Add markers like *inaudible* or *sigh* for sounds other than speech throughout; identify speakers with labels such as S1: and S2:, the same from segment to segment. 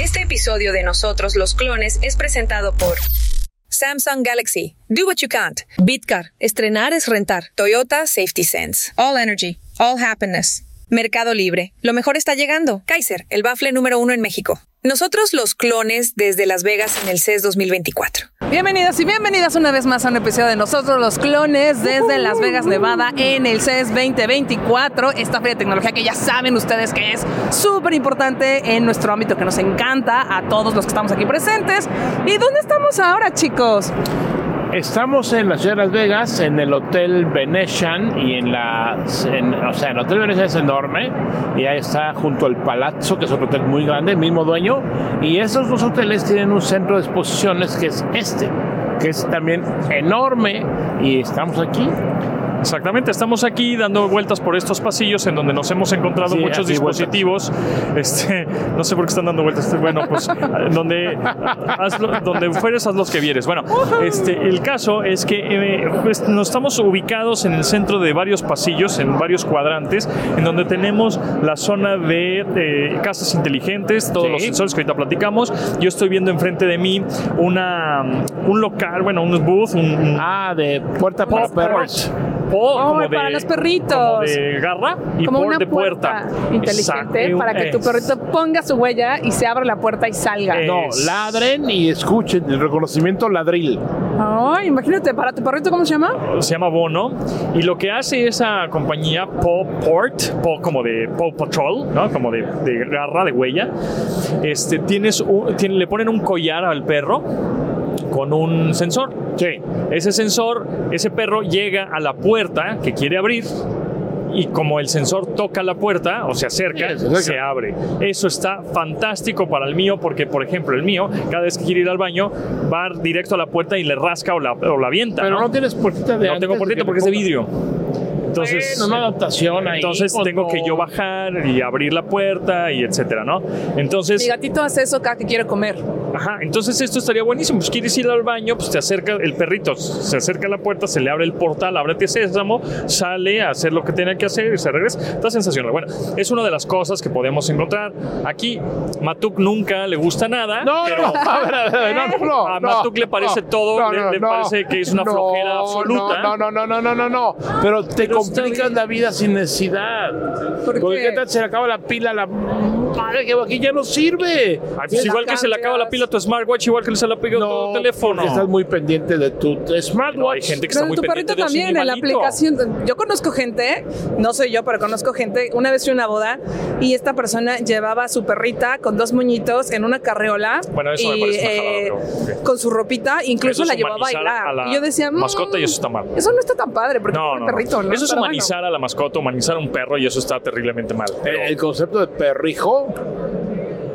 S1: Este episodio de Nosotros los Clones es presentado por Samsung Galaxy, Do What You Can't, Bitcar, Estrenar es Rentar, Toyota Safety Sense, All Energy, All Happiness, Mercado Libre, Lo Mejor está llegando, Kaiser, el bafle número uno en México. Nosotros los Clones desde Las Vegas en el E CES 2024.
S2: Bienvenidos y bienvenidas una vez más a un episodio de Nosotros los Clones desde Las Vegas, Nevada, en el E CES 2024, esta feria de tecnología que ya saben ustedes que es súper importante en nuestro ámbito, que nos encanta a todos los que estamos aquí presentes. ¿Y dónde estamos ahora, chicos?
S3: Estamos en la ciudad de Las Vegas, en el Hotel Venetian, y en la. en- o sea, el Hotel Venetian es enorme, y ahí está junto al Palazzo, que es otro hotel muy grande, el mismo dueño, y esos dos hoteles tienen un centro de exposiciones que es este, que es también enorme, y estamos aquí.
S4: Exactamente, estamos aquí dando vueltas por estos pasillos en donde nos hemos encontrado
S3: Sí,
S4: muchos
S3: así,
S4: dispositivos. Este, no sé por qué están dando vueltas. Bueno, pues donde, hazlo- donde fueres, haz los que vieres. Bueno, este, el caso es que eh, pues, nos estamos ubicados en el centro de varios pasillos, en varios cuadrantes, en donde tenemos la zona de eh, casas inteligentes, todos
S3: Sí.
S4: los sensores que ahorita platicamos. Yo estoy viendo enfrente de mí una, un local, bueno, unos booth, un, un-
S3: Ah, de puerta para
S4: Pop
S3: perros.
S4: Port. Port,
S2: Oh,
S4: como
S2: para
S4: de-
S2: los perritos.
S4: como de garra y
S2: Como
S4: port
S2: una
S4: de puerta.
S2: inteligente
S4: Exacto.
S2: para que tu
S4: Es-
S2: perrito ponga su huella y se abra la puerta y salga.
S4: Eh,
S3: No,
S4: Es-
S3: ladren y escuchen, el reconocimiento ladril.
S2: Ay, imagínate, para tu perrito, ¿cómo se llama?
S4: Se llama Bono y lo que hace esa compañía Paw Port, Paw como de Paw Patrol, ¿no? como de, de garra de huella, este, tienes un- tiene- le ponen un collar al perro con un sensor.
S3: Sí.
S4: Ese sensor, ese perro llega a la puerta que quiere abrir y como el sensor toca la puerta o se acerca,
S3: Sí, se acerca.
S4: se abre. Eso está fantástico para el mío porque, por ejemplo, el mío, cada vez que quiere ir al baño, va directo a la puerta y le rasca o la, o la avienta.
S3: Pero no tienes puertita de
S4: No
S3: antes
S4: tengo
S3: que
S4: puertita
S3: te
S4: porque es de
S3: pongas-
S4: vidrio. Entonces,
S3: Bueno, una adaptación ahí.
S4: entonces
S3: ¿o
S4: tengo
S3: no?
S4: que yo bajar y abrir la puerta y etcétera, ¿no? Entonces,
S2: Mi gatito hace eso cada que quiere comer.
S4: Ajá, entonces esto estaría buenísimo. Pues quieres ir al baño, pues te acerca el perrito, se acerca a la puerta, se le abre el portal, ábrete sésamo, sale a hacer lo que tenía que hacer y se regresa. Está sensacional. Bueno, es una de las cosas que podemos encontrar aquí. Matuk nunca le gusta nada.
S3: No,
S4: pero ah,
S3: no, no, a ver, a ver, no, no, no,
S4: A
S3: no,
S4: Matuk le parece todo, le- le parece que es una flojera absoluta.
S3: No, no, no, no, no, no, no, pero te
S4: Pero está
S3: complicas
S4: bien.
S3: la vida sin necesidad.
S2: ¿Por
S3: Porque
S2: qué?
S3: qué tal se le acaba la pila a la madre que aquí ya no sirve.
S4: Ay, pues
S2: la
S4: igual que se le acaba la
S2: cambias.
S4: pila a tu smartwatch, igual que se le ha pegado
S3: No,
S4: tu teléfono.
S3: porque estás muy pendiente de tu
S4: Pero hay
S3: smartwatch.
S4: gente que está
S2: Pero
S4: muy
S2: tu perrito
S4: pendiente de su
S2: también, en la
S4: animalito.
S2: aplicación. Yo conozco gente, no soy yo, pero conozco gente. Una vez fui a una boda y esta persona llevaba a su perrita con dos moñitos en una carreola.
S4: Bueno, eso me
S2: y,
S4: parece una
S2: eh,
S4: jalada, pero, ok.
S2: Con su ropita, incluso
S4: Eso es
S2: la llevaba a
S4: humanizar
S2: bailar.
S4: a la
S2: y yo decía, "Mm,
S4: mascota y eso está mal".
S2: Eso no está tan padre porque
S4: No,
S2: pobre
S4: no, no.
S2: perrito, ¿no?
S4: Eso es
S2: Pero bueno.
S4: humanizar a la mascota, humanizar a un perro y eso está terriblemente mal.
S3: El,
S4: Pero-
S3: el concepto de perrijo.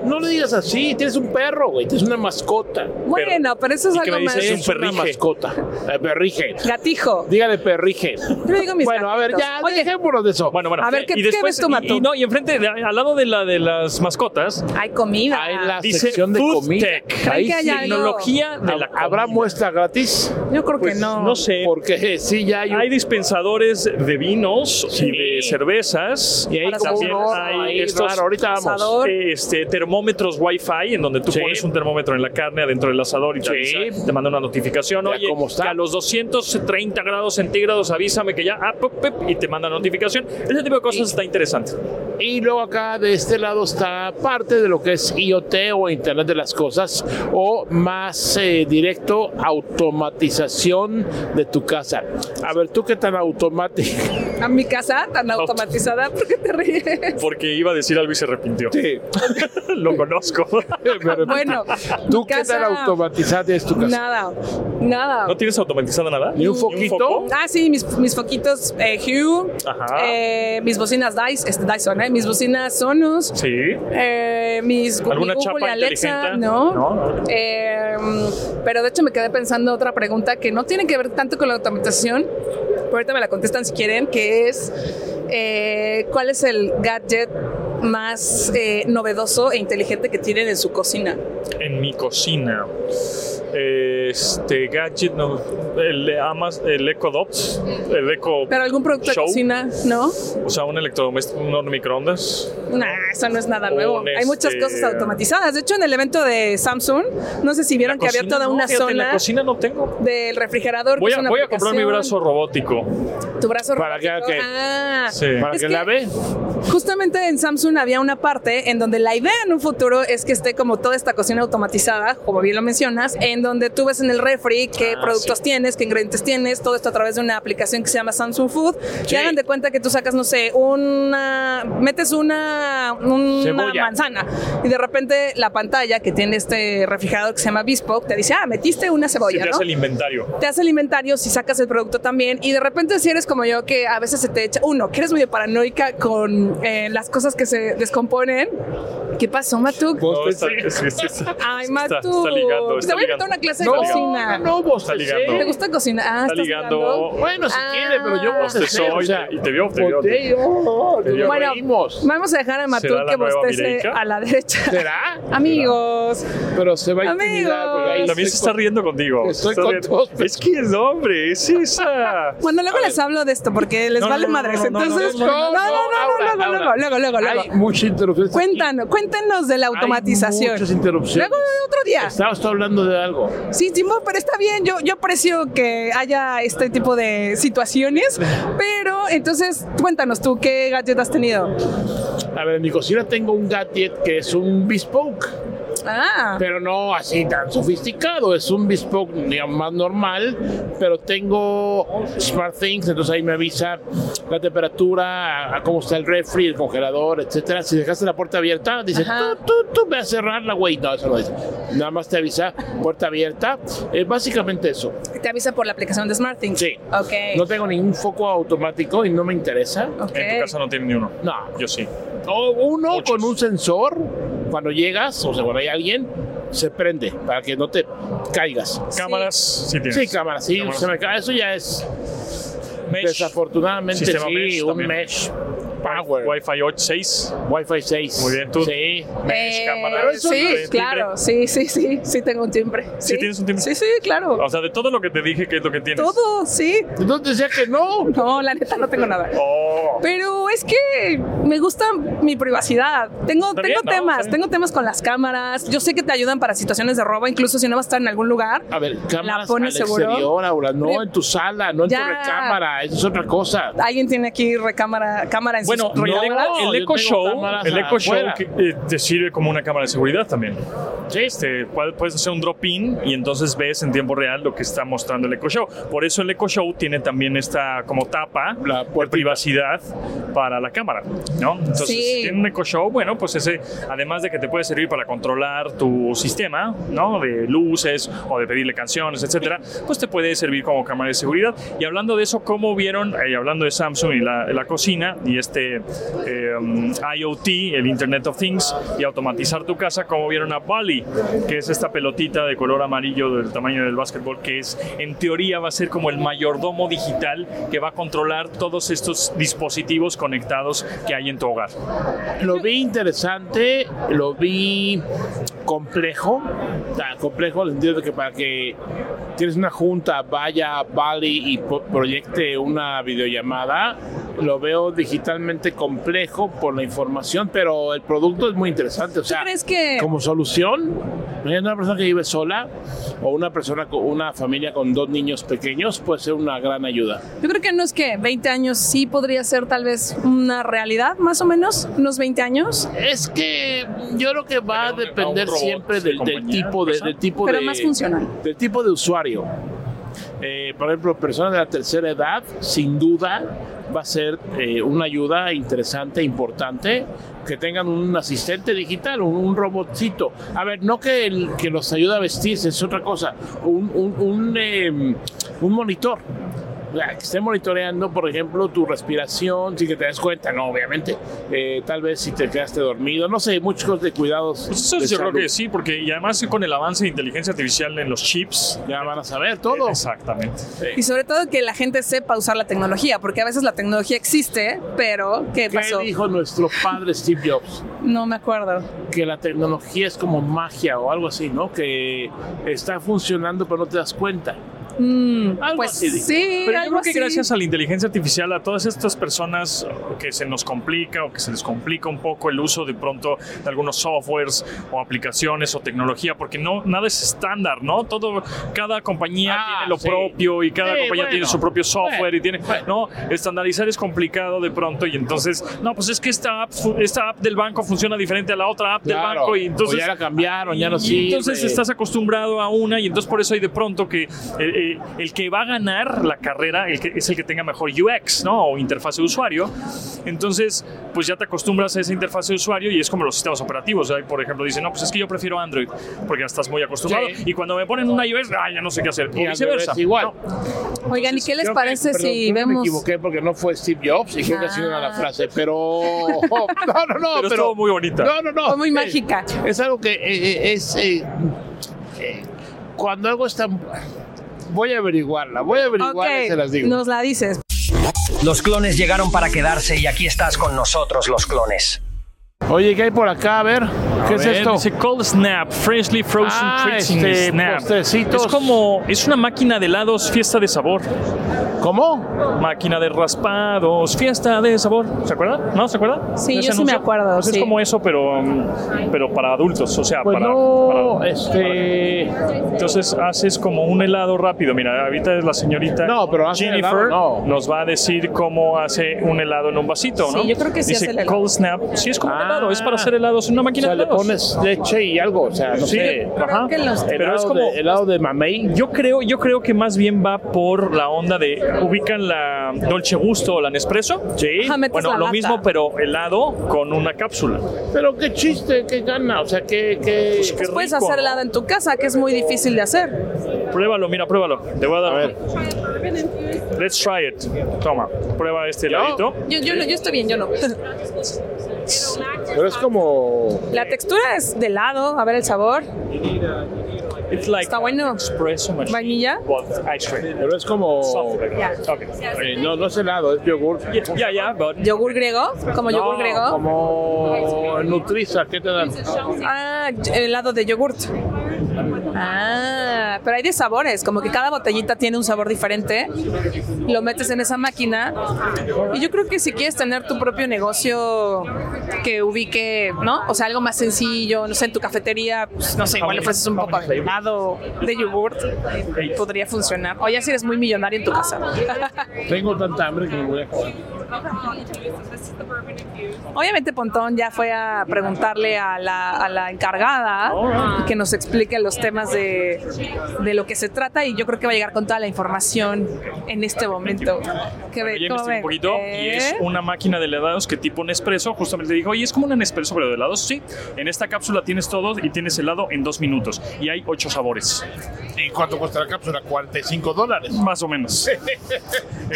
S3: No le digas así, tienes un perro, güey, tienes una mascota.
S2: Bueno, pero eso es
S4: ¿y qué me
S2: algo más.
S4: dices?
S3: Es
S4: un
S3: una
S4: perrije.
S3: mascota. Eh, Perrije.
S2: Gatijo.
S3: Dígale perrije.
S2: Yo le digo a mis
S3: Bueno, a ver,
S2: gatitos,
S3: ya,
S2: "Oye,
S3: dejémonos de eso.
S4: Bueno, bueno.
S2: A ver, ¿qué-
S4: y
S2: qué ves
S4: después-
S2: tú, Mato?
S4: y, y no, y enfrente, de- al lado de la de las mascotas,
S2: hay comida.
S3: Hay la
S4: Dice
S3: sección de
S4: Food
S3: comida.
S4: Tech.
S2: Creo que hay
S3: sí.
S2: algo.
S4: tecnología de la
S3: ¿Hab- ¿Habrá
S4: comida.
S3: muestra gratis?
S2: Yo creo
S4: Pues,
S2: que no.
S4: No sé.
S3: Porque eh, sí, ya hay, un-
S4: Hay dispensadores de vinos
S3: Sí.
S4: y de cervezas.
S3: y hay
S2: para
S3: como
S2: saber.
S3: un horno ahí,
S4: estos-
S3: raro. Ahorita vamos.
S2: asador.
S4: eh, este, termómetros Wi-Fi en donde tú
S3: Sí.
S4: pones un termómetro en la carne adentro del asador y te,
S3: Sí.
S4: avisa, te manda una notificación.
S3: Ya,
S4: Oye,
S3: ¿cómo está?
S4: que a los 230 grados centígrados avísame que ya ah, pop, pop, y te manda notificación. Ese tipo de cosas está interesante.
S3: Y luego acá de este lado está parte de lo que es IoT o Internet de las Cosas o más eh, directo automatización de tu casa. A ver, tú qué tan automático. *laughs*
S2: A mi casa tan automatizada, ¿por qué te ríes?
S4: Porque iba a decir algo y se arrepintió. *laughs* Lo conozco.
S2: Bueno,
S3: ¿Tú
S2: mi
S3: qué tan
S2: casa-
S3: automatizada es tu casa?
S2: Nada, nada.
S4: *laughs* ¿No tienes automatizado nada?
S3: ¿Ni un foquito?
S4: foco?
S2: Ah, sí, mis, mis foquitos eh, Hue,
S4: Ajá.
S2: eh, mis bocinas Dyson, Dyson eh, mis bocinas Sonos,
S4: Sí.
S2: eh, mis Gu-
S4: ¿Alguna
S2: mi
S4: chapa
S2: Google Alexa,
S4: inteligente?
S2: ¿no?
S4: No.
S2: Eh, pero de hecho me quedé pensando otra pregunta que no tiene que ver tanto con la automatización, pero ahorita me la contestan si quieren, que es eh, ¿cuál es el gadget más eh, novedoso e inteligente que tienen en su cocina?
S4: En mi cocina. este gadget, no, el, Amas- el Echo Dots, el Echo,
S2: Pero algún producto
S4: Show.
S2: de cocina, ¿no?
S4: o sea, un electrodoméstico, un microondas.
S2: Nah, eso no es nada
S4: Un,
S2: nuevo. Hay muchas
S4: este,
S2: cosas automatizadas. De hecho, en el evento de Samsung, no sé si vieron
S4: La
S2: que había
S4: cocina
S2: toda
S4: no,
S2: una
S4: fíjate, En
S2: zona
S4: la cocina no tengo.
S2: del refrigerador. que
S4: Voy
S2: es
S4: a,
S2: una
S4: voy a comprar mi brazo
S2: aplicación.
S4: robótico.
S2: Tu brazo
S3: Para que-
S2: robótico.
S3: que-
S2: Ah,
S4: Sí.
S3: Para
S2: Es
S3: que,
S2: que-
S3: la ve.
S2: Justamente en Samsung había una parte en donde la idea en un futuro es que esté como toda esta cocina automatizada, como bien lo mencionas, en donde tú ves en el refri qué
S4: Ah,
S2: productos tienes, qué ingredientes tienes, todo esto a través de una aplicación que se llama Samsung Food.
S4: Sí.
S2: Que hagan de cuenta que tú sacas, no sé, una. metes una, una
S3: Cebolla.
S2: manzana y de repente la pantalla que tiene este refrigerador que se llama Bespoke te dice, ah, metiste una
S4: Si
S2: cebolla.
S4: te
S2: ¿no?
S4: hace el inventario.
S2: te hace el inventario si sacas el producto también y de repente si eres como yo que a veces se te echa uno que eres medio paranoica con eh, las cosas que se descomponen ¿qué pasó Matuk?
S3: Vos
S4: No,
S3: te-
S4: *laughs* está- sí, sí, sí.
S2: ay
S4: Está- está
S2: Matuk
S4: ligando, está
S2: te voy a
S4: ligando.
S2: invitar a una clase de
S4: No,
S2: cocina
S3: no, vos
S4: Está ligando.
S2: ¿te gusta cocinar? ah,
S4: Está
S2: ¿estás
S4: ligando.
S3: Bueno, si
S2: Ah.
S3: quiere, pero yo vos
S4: Bostezó y te- y te vio, te vio, te- te vio.
S2: bueno
S3: reímos.
S2: vamos a dejar a
S4: ¿Será
S2: Matuk
S4: la
S2: que
S4: nueva
S2: bostece
S4: Mireika?
S2: a la derecha
S3: ¿Será?
S2: amigos
S3: Pero se va a intimidar. porque ahí
S2: Amigos.
S4: También se
S3: estoy
S4: está riendo contigo.
S3: Estoy
S4: Se está
S3: con
S4: riendo.
S3: todos.
S4: Es que es hombre, es esa.
S2: bueno, luego
S3: A
S2: les hablo de esto porque les
S4: No, no,
S2: vale
S4: no,
S2: madres.
S4: no, no, no,
S2: Entonces,
S3: no,
S2: no,
S3: no,
S2: no,
S3: no,
S2: no,
S3: Laura,
S2: no, luego,
S3: Laura.
S2: luego, luego, luego.
S3: Hay mucha interrupción.
S2: Cuéntanos, cuéntanos de la automatización.
S3: muchas interrupciones.
S2: Luego otro día.
S3: Estabas tú hablando de algo.
S2: Sí, Simón, pero está bien. Yo, yo aprecio que haya este tipo de situaciones. Pero entonces, cuéntanos tú qué gadget has tenido.
S3: A ver, en mi cocina tengo un gadget que es un bespoke,
S2: Ah,
S3: pero no así tan sofisticado. Es un bespoke digamos, más normal, pero tengo Smart Things, entonces ahí me avisa la temperatura, a, a cómo está el refri, el congelador, etcétera. Si dejaste la puerta abierta, dice,
S2: Ajá.
S3: tú, tú, tú, ve a cerrarla, güey. No, eso no dice. Nada más te avisa, puerta abierta. Es básicamente eso.
S2: te avisa por la aplicación de SmartThings.
S3: Sí.
S2: Ok.
S3: No tengo ningún foco automático y no me interesa.
S2: ok.
S4: En tu casa no tiene ni uno. Ah,
S3: No,
S4: Yo sí.
S3: O uno
S4: Muchos.
S3: con un sensor, cuando llegas, o sea, cuando hay alguien, se prende para que no te caigas.
S2: Sí.
S4: Cámaras, sí, tienes.
S3: Sí, cámara, sí,
S4: Cámaras.
S3: se me ca- Eso ya es
S4: Mesh,
S3: desafortunadamente
S4: Sistema
S3: sí,
S4: mesh
S3: un
S4: también.
S3: mesh power.
S4: Wi-Fi 8, 6.
S3: Wi-Fi 6.
S4: Muy bien, tú.
S3: Sí.
S4: Mesh,
S2: Eh,
S4: cámara.
S3: eso
S2: sí,
S3: no
S4: timbre.
S2: claro. Sí, sí, sí. Sí, tengo un timbre.
S4: ¿Sí tienes un timbre?
S2: Sí, sí, claro.
S4: O sea, de todo lo que te dije, ¿qué es lo que tienes?
S2: Todo, sí.
S3: Entonces decía que no.
S2: No, la neta, no tengo nada.
S4: Oh.
S2: Pero es que me gusta mi privacidad. Tengo,
S4: Está
S2: tengo
S4: bien, ¿no?
S2: temas,
S4: Sí.
S2: tengo temas con las cámaras. Yo sé que te ayudan para situaciones de robo, incluso si no vas a estar en algún lugar.
S3: A ver, cámaras al
S2: pones seguro?
S3: exterior ahora, no
S2: Pero-
S3: en tu sala, no en tu
S2: Ya.
S3: recámara, eso es otra cosa.
S2: Alguien tiene aquí recámara, cámara en
S4: Bueno,
S2: sus
S4: el
S2: recámaras.
S3: recámaras?
S4: Echo, el
S3: Yo
S4: Echo
S3: tengo
S4: Show,
S3: cámaras
S4: el Echo Show
S3: afuera.
S4: que, eh, te sirve como una cámara de seguridad también.
S3: Sí.
S4: Este, puede- puedes hacer un drop-in y entonces ves en tiempo real lo que está mostrando el Echo Show. Por eso el Echo Show tiene también esta como tapa
S3: La
S4: de
S3: puertita.
S4: privacidad para la cámara, ¿no? Entonces,
S2: Sí.
S4: si tiene un Echo Show, bueno, pues ese, además de que te puede servir para controlar tu sistema, ¿no? De luces o de pedirle canciones, etcétera, pues te puede servir como cámara de seguridad. Y hablando de eso, ¿cómo vieron, eh, hablando de Samsung y la, la cocina y este eh, um, IoT, el Internet of Things, y automatizar tu casa, ¿cómo vieron a Bali, que es esta pelotita de color amarillo del tamaño del básquetbol, que es, en teoría, va a ser como el mayordomo digital que va a controlar todos estos dispositivos conectados que hay en tu hogar?
S3: Lo vi interesante, lo vi complejo, o sea, complejo en el sentido de que para que tienes una junta, vaya a Bali y po- proyecte una videollamada, lo veo digitalmente complejo por la información, pero el producto es muy interesante. O
S2: ¿Tú
S3: sea,
S2: crees que
S3: como solución, una persona que vive sola o una persona con una familia con dos niños pequeños puede ser una gran ayuda.
S2: yo creo que no es que 20 años sí podría ser tal vez una realidad, más o menos, unos 20 años,
S3: Es que yo creo que va a
S4: Tener un- a un
S3: depender
S4: robot
S3: siempre
S4: de
S3: del, del
S4: compañía,
S3: tipo de,
S4: persona.
S3: del tipo
S2: pero
S3: de-
S2: más funcional.
S3: del tipo de usuario. Eh, por ejemplo, personas de la tercera edad, sin duda, va a ser eh, una ayuda interesante, importante, que tengan un asistente digital, un, un robotcito. A ver, no que, el- que los ayude a vestirse, es otra cosa, un, un, un, em, un monitor. sea, que esté monitoreando, por ejemplo, tu respiración, si que te das cuenta, no, obviamente, eh, tal vez si te quedaste dormido, no sé, muchos cosas de cuidados.
S4: Pues eso
S3: de
S4: yo creo
S3: salud.
S4: que sí, porque y además con el avance de inteligencia artificial en los chips.
S3: Ya van a saber
S4: Eh,
S3: todo.
S4: Exactamente.
S2: Y sobre todo que la gente sepa usar la tecnología, porque a veces la tecnología existe, pero ¿qué
S3: ¿Qué
S2: pasó?
S3: dijo nuestro padre Steve Jobs?
S2: No me acuerdo.
S3: Que la tecnología es como magia o algo así, ¿no? Que está funcionando pero no te das cuenta.
S2: Mm,
S3: Algo
S2: pues
S3: así dijo.
S2: sí,
S4: Pero yo
S2: algo
S4: creo que
S2: así.
S4: gracias a la inteligencia artificial, a todas estas personas que se nos complica o que se les complica un poco el uso de pronto de algunos softwares o aplicaciones o tecnología, porque no nada es estándar, ¿no? Todo, cada compañía
S3: Ah,
S4: tiene lo
S3: sí.
S4: propio y cada
S3: Sí,
S4: compañía
S3: bueno.
S4: tiene su propio software
S3: Bueno,
S4: y tiene, no, estandarizar es complicado de pronto y entonces, no, pues es que esta app, fu- esta app del banco funciona diferente a la otra app del
S3: Claro,
S4: banco y
S3: o
S4: entonces
S3: ya la cambiaron, ya no
S4: y
S3: sirve.
S4: Entonces estás acostumbrado a una y entonces por eso hay de pronto que eh, eh, el que va a ganar la carrera el que, es el que tenga mejor UX, ¿no? O interfaz de usuario. Entonces, pues ya te acostumbras a esa interfaz de usuario y es como los sistemas operativos. Ahí, Por ejemplo, dicen, no, pues es que yo prefiero Android porque ya estás muy acostumbrado.
S3: Sí.
S4: Y cuando me ponen una iOS, ah, ya no sé qué hacer.
S3: Y
S4: O
S3: al
S4: viceversa.
S3: revés, igual.
S4: No,
S2: Oigan, ¿y qué les
S3: Creo que-
S2: parece
S3: perdón,
S2: si
S3: creo que Me
S2: vemos...
S3: equivoqué porque no fue Steve Jobs y creo que así no era la
S2: Ah.
S3: frase, pero. *laughs* No, no, no.
S4: pero,
S3: Pero,
S4: estuvo muy bonita.
S3: No, no, no.
S2: Fue muy
S3: Eh,
S2: mágica.
S3: Es algo que eh, eh, es. eh, eh, cuando algo es tan. Voy a averiguarla, voy a averiguarla y
S2: Ok,
S3: se las digo.
S2: nos la dices.
S5: Los clones llegaron para quedarse y aquí estás con nosotros, los clones.
S3: Oye, ¿qué hay por acá? A ver, ¿qué es
S4: A ver,
S3: esto?
S4: Dice Cold Snap, freshly frozen
S3: Ah,
S4: treats in
S3: este,
S4: a snap.
S3: postrecitos.
S4: Es como, es una máquina de helados, fiesta de sabor.
S3: ¿Cómo?
S4: Máquina de raspados, fiesta de sabor. ¿Se acuerda? ¿No? ¿Se acuerda?
S2: Sí,
S4: ¿De ese
S2: yo sí me
S4: anuncio?
S2: acuerdo,
S4: Pues
S2: sí.
S4: Es como eso, pero, um, pero para adultos, o sea,
S3: Pues
S4: para,
S3: no,
S4: para-
S3: este.
S4: Entonces haces como un helado rápido. Mira, ahorita es la señorita
S3: No, pero hace
S4: Jennifer
S3: helado, no.
S4: nos va a decir cómo hace un helado en un vasito,
S2: Sí,
S4: ¿no?
S2: yo creo que sí
S4: Dice
S2: hace el helado.
S4: Cold Snap. Sí, es como un
S3: Ah.
S4: helado, es para hacer helados en una
S3: O
S4: máquina
S3: sea,
S4: de
S3: le
S4: helados.
S3: pones leche y algo, o sea, no
S4: Sí,
S3: sé.
S4: ajá.
S2: que los-
S4: Pero es
S3: Helado
S4: como
S3: de- helado de mamey.
S4: yo creo, yo creo que más bien va por la onda de ubican la Dolce Gusto o la Nespresso. Sí.
S2: Ajá, Ah, metes
S4: bueno,
S2: la
S4: lo
S2: lata.
S4: mismo pero helado con una cápsula.
S3: Pero qué chiste, qué gana, o sea, qué. qué...
S4: Qué
S2: Pues, Puedes
S4: rico,
S2: hacer
S4: ¿no?
S2: helado en tu casa, que es muy difícil de hacer.
S4: Pruébalo, mira, pruébalo. Te voy a dar.
S3: A ver.
S4: Let's try it. Toma, prueba este
S3: ¿Yo?
S4: heladito.
S2: Yo, yo, no- yo estoy bien, yo no.
S3: Pero es como.
S2: La textura es de helado, a ver el sabor.
S4: It's like
S2: Está bueno. Oh.
S4: espresso machine,
S2: Vainilla.
S4: but ice cream.
S3: Pero es como.
S4: Something like that. Okay.
S3: Eh, no, no es helado, es yogur.
S4: Yeah, yeah, yeah, but
S2: ¿Yogur griego? ¿Como yogur
S3: No,
S2: griego?
S3: Como Nutriza, ¿qué te dan?
S2: Ah, y- helado de yogurt. Ah, pero hay de sabores, como que cada botellita tiene un sabor diferente. Lo metes en esa máquina. Y yo creo que si quieres tener tu propio negocio que ubique, ¿no? O sea, algo más sencillo, no sé, en tu cafetería, pues, no sé, igual le ofreces un poco de helado de yogurt, podría funcionar. O ya si eres muy millonario en tu casa.
S3: Tengo tanta hambre que me voy a acabar.
S2: Obviamente Pontón ya fue a preguntarle a la, a la encargada que nos explique los temas de, de lo que se trata y yo creo que va a llegar con toda la información en este momento. ¿Qué
S4: Bueno,
S2: ve-
S4: ya
S2: cómo
S4: investigué
S2: ven?
S4: este un poquito y es
S2: ¿Eh?
S4: una máquina de helados que tipo Nespresso justamente dijo, oye, es como una Nespresso pero de helados, sí. En esta cápsula tienes todo y tienes helado en dos minutos y hay ocho sabores,
S3: ¿Y cuánto cuesta la cápsula? 45 dólares.
S4: más o menos.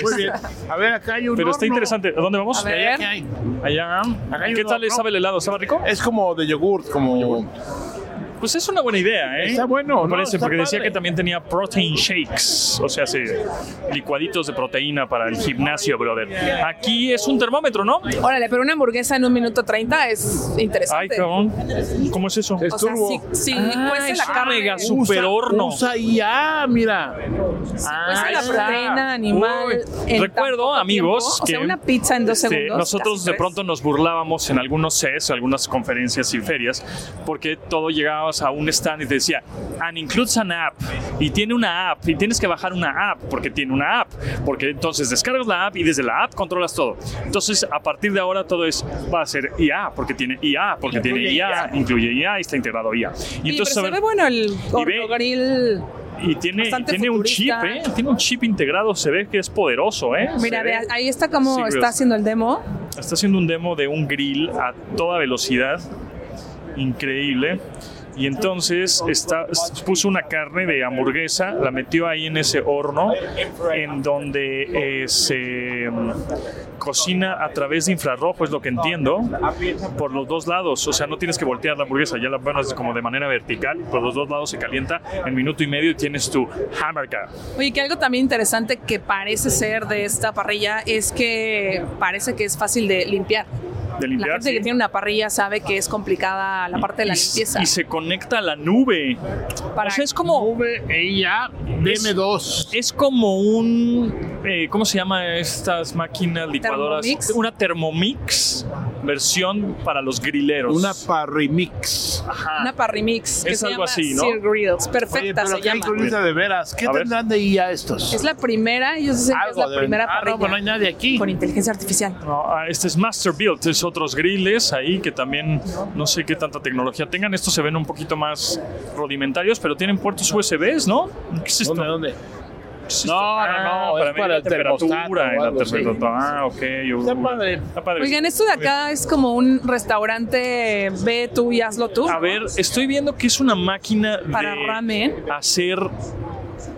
S3: Muy bien. *laughs* A ver, acá hay un.
S4: Pero está
S3: horno.
S4: interesante. ¿A dónde vamos?
S2: A ver.
S3: ¿Qué hay?
S4: Allá.
S3: Acá hay
S4: ¿Qué
S3: uno,
S4: tal
S3: ¿no?
S4: sabe el helado? ¿Sabe rico?
S3: Es como de yogur, como.
S4: Pues es una buena idea, ¿eh?
S3: Está bueno,
S4: Me
S3: ¿no?
S4: parece,
S3: Está
S4: porque decía
S3: padre.
S4: que también tenía protein shakes, o sea, sí, licuaditos de proteína para el gimnasio, brother. Aquí es un termómetro, ¿no?
S2: Órale, pero una hamburguesa en un minuto 30 es
S4: Ay,
S2: interesante.
S4: cabrón. ¿Cómo es eso?
S3: Es
S2: o sea,
S3: turbo.
S2: si, si
S4: Ah,
S2: cuece la
S4: es
S2: carne,
S4: mega
S2: si
S4: super horno.
S3: Usa IA, mira.
S2: cuece la
S4: está.
S2: proteína animal.
S4: Uy.
S2: en tan
S4: Recuerdo,
S2: poco
S4: amigos,
S2: tiempo, o sea,
S4: que
S2: una pizza en dos
S4: este,
S2: segundos.
S4: nosotros
S2: casi
S4: de
S2: tres.
S4: pronto nos burlábamos en algunos sets, algunas conferencias y ferias, porque todo llegabas a un stand y te decía, and includes an app, y tiene una app, y tienes que bajar una app, porque tiene una app, porque entonces descargas la app y desde la app controlas todo. Entonces, a partir de ahora todo es, va a ser IA, porque tiene IA, porque tiene
S3: Incluye
S4: IA, incluye IA y está integrado IA. Y
S2: Oye, pero
S4: entonces, a
S2: se ve
S4: ver,
S2: bueno el
S4: ve-
S2: horno grill.
S4: y tiene,
S2: bastante
S4: tiene un chip,
S2: futurista.
S4: ¿eh? Tiene un chip integrado, se ve que es poderoso, ¿eh?
S2: Mira,
S4: Se ve-
S2: ve, ahí está como
S4: Sí,
S2: está
S4: Grills.
S2: haciendo el demo.
S4: Está haciendo un demo de un grill a toda velocidad. increíble. Y entonces está, puso una carne de hamburguesa, la metió ahí en ese horno, en donde eh, se mm, cocina a través de infrarrojo, es lo que entiendo, por los dos lados. O sea, no tienes que voltear la hamburguesa, ya la pones como de manera vertical, por los dos lados se calienta en minuto y medio y tienes tu hamburger.
S2: Oye, que algo también interesante que parece ser de esta parrilla es que parece que es fácil de limpiar.
S4: De
S2: La
S4: limpiar,
S2: gente
S4: sí.
S2: que tiene una parrilla sabe que es complicada la parte de la
S4: Y s-
S2: limpieza.
S4: Y se conecta a la nube.
S2: Para-
S4: O sea, es como,
S3: VEA DM2.
S4: es como un. eh, ¿Cómo se llama estas máquinas licuadoras?
S2: Thermomix.
S4: Una Thermomix versión para los grileros.
S3: Una parrimix.
S4: Ajá.
S2: Una parrimix. que
S4: Ah, Es
S2: se
S4: algo
S2: llama
S4: así, ¿no?
S2: Sear Grills.
S3: Oye,
S2: Perfecta
S3: pero
S2: se
S3: qué
S2: llama.
S3: increíble de veras. ¿Qué
S4: A ver.
S3: tendrán de IA estos?
S2: Es la primera, ellos dicen que es la
S3: deben-
S2: primera
S3: Ah,
S2: parrilla
S3: no, pues no hay nadie aquí.
S2: con inteligencia artificial.
S4: No, ah, este es Master Build, es otros griles ahí que también no sé qué tanta tecnología tengan. Estos se ven un poquito más rudimentarios, pero tienen puertos USBs, ¿no? ¿Qué es esto?
S3: ¿Dónde, dónde?
S4: ¿Qué es
S3: No,
S4: esto? Ah,
S3: no, no, es
S4: medir
S3: para
S4: la
S3: el termostato o
S4: temperatura. eh, la
S3: algo así.
S4: temperatura. Ah, ok. yo-
S3: Está padre.
S4: Está padre.
S2: Oigan, esto de acá es como un restaurante, ve tú y hazlo tú.
S4: A ver, estoy viendo que es una máquina
S2: Para
S4: de
S2: ramen.
S4: hacer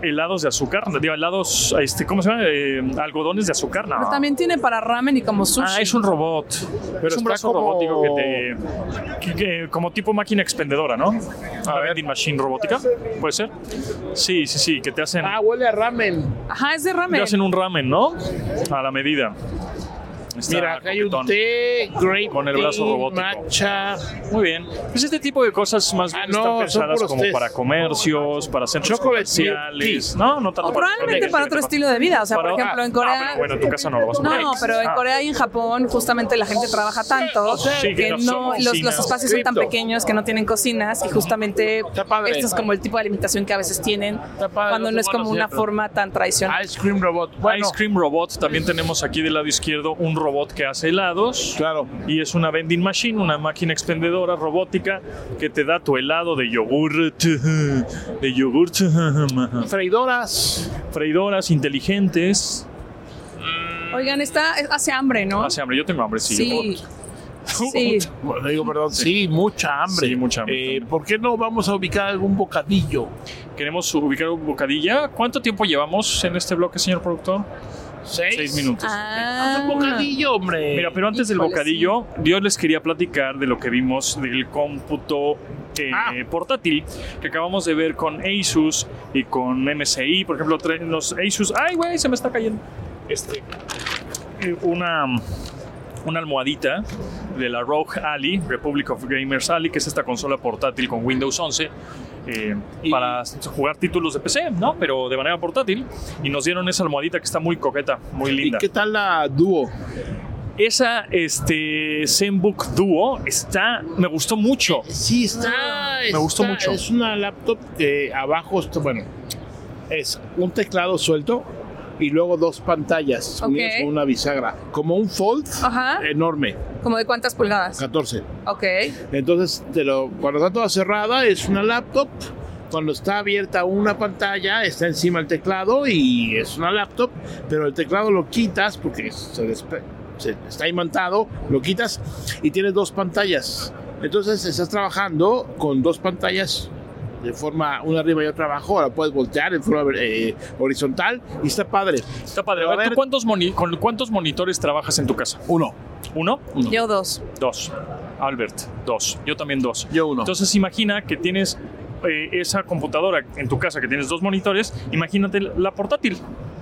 S4: helados de azúcar, digo, helados, este, ¿cómo se llama? Eh, algodones de azúcar, no.
S2: Pero también tiene para ramen y como sushi.
S4: Ah, es un robot.
S3: Pero
S4: es un
S3: está
S4: brazo
S3: como-
S4: robótico que te. que- que- como tipo máquina expendedora, ¿no? Una vending machine robótica, ¿puede ser? Sí, sí, sí, que te hacen.
S3: Ah, huele a ramen.
S2: Ajá, es de
S4: te
S2: ramen.
S4: hacen un ramen, ¿no? A la medida. Está
S3: Mira, acá hay
S4: coquetón.
S3: un té, grape
S4: Con el brazo
S3: tea,
S4: robótico.
S3: matcha.
S4: Muy bien. Pues este tipo de cosas más bien
S3: Ah,
S4: están
S3: no, son
S4: pensadas
S3: puros
S4: como
S3: tés.
S4: para comercios, para centros
S3: Chocolate
S4: comerciales.
S3: milk
S4: No, no tanto
S2: O probablemente
S4: comerciales,
S2: para otro estilo de vida. O sea, por
S4: Para-
S2: ejemplo,
S4: ah,
S2: en
S4: ah,
S2: Corea.
S4: pero bueno, en tu casa no lo vas a poner.
S2: No, pero en
S4: Ah,
S2: Corea y en Japón justamente la gente trabaja tanto
S4: Sí, que
S2: que
S4: no
S2: no
S4: son
S2: los,
S4: cocinas.
S2: los espacios son tan
S3: Cripto.
S2: pequeños que no tienen cocinas y justamente
S3: padre.
S2: esto es como el tipo de alimentación que a veces tienen
S3: padre,
S2: cuando
S3: no
S2: no
S3: te
S2: es como
S3: van a
S2: una
S3: hacer.
S2: forma tan tradicional.
S3: Ice cream robot. Bueno,
S4: Ice Cream Robot, también tenemos aquí del lado izquierdo un robot que hace helados.
S3: claro.
S4: Y es una vending machine, una máquina expendedora robótica que te da tu helado de yogurt, *laughs* de yogurt, *laughs*
S3: Freidoras.
S4: freidoras inteligentes.
S2: Oigan, está hace hambre, ¿no?
S4: Hace hambre, yo tengo hambre, sí.
S2: sí.
S4: yo-
S2: Sí.
S3: Bueno, digo, perdón. Sí, mucha hambre.
S4: Sí, mucha hambre.
S3: Eh, ¿Por qué no vamos a ubicar algún bocadillo?
S4: Queremos ubicar un bocadilla. ¿Cuánto tiempo llevamos en este bloque, señor productor?
S3: ¿Seis?
S4: Seis minutos.
S2: Ah.
S3: Haz un bocadillo, hombre.
S4: Mira, pero antes del
S2: Híjole,
S4: bocadillo, yo les quería platicar de lo que vimos del cómputo eh,
S3: Ah.
S4: portátil que acabamos de ver con Asus y con MSI. Por ejemplo, tra- los Asus. ¡Ay, güey! Se me está cayendo. Este. eh, Una. Una almohadita de la Rogue Alley, Republic of Gamers Alley, que es esta consola portátil con Windows 11 eh,
S3: Y-
S4: para jugar títulos de PC, ¿no? Pero de manera portátil. Y nos dieron esa almohadita que está muy coqueta, muy
S3: ¿Y
S4: linda.
S3: qué tal la dúo?
S4: Esa este, ZenBook Duo está, me gustó mucho.
S3: Sí,
S2: Ah,
S3: está.
S4: Me gustó
S3: está-
S4: mucho.
S3: Es una laptop que abajo, está- bueno, es un teclado suelto y luego dos pantallas
S2: Ok.
S3: unidas con una bisagra. Como un fold
S2: Ajá.
S4: eh,
S3: enorme,
S2: ¿Como de cuántas pulgadas?
S3: 14.
S2: Ok.
S3: Entonces, te lo, cuando está toda cerrada, es una laptop. Cuando está abierta una pantalla, está encima el teclado y es una laptop, pero el teclado lo quitas porque se, despe- se- está imantado, lo quitas y tienes dos pantallas. Entonces, estás trabajando con dos pantallas de forma una arriba y otra abajo, la puedes voltear en forma eh, horizontal y está padre.
S4: Está padre.
S3: Pero
S4: A
S3: a
S4: ver, ¿tú
S3: ver-
S4: cuántos moni- ¿con cuántos monitores trabajas en tu casa?
S3: Uno,
S4: ¿Uno? Mm,
S2: Yo dos.
S4: Dos. Albert, dos. Yo también dos.
S3: yo uno.
S4: Entonces imagina que tienes eh, esa computadora en tu casa que tienes dos monitores, imagínate la portátil.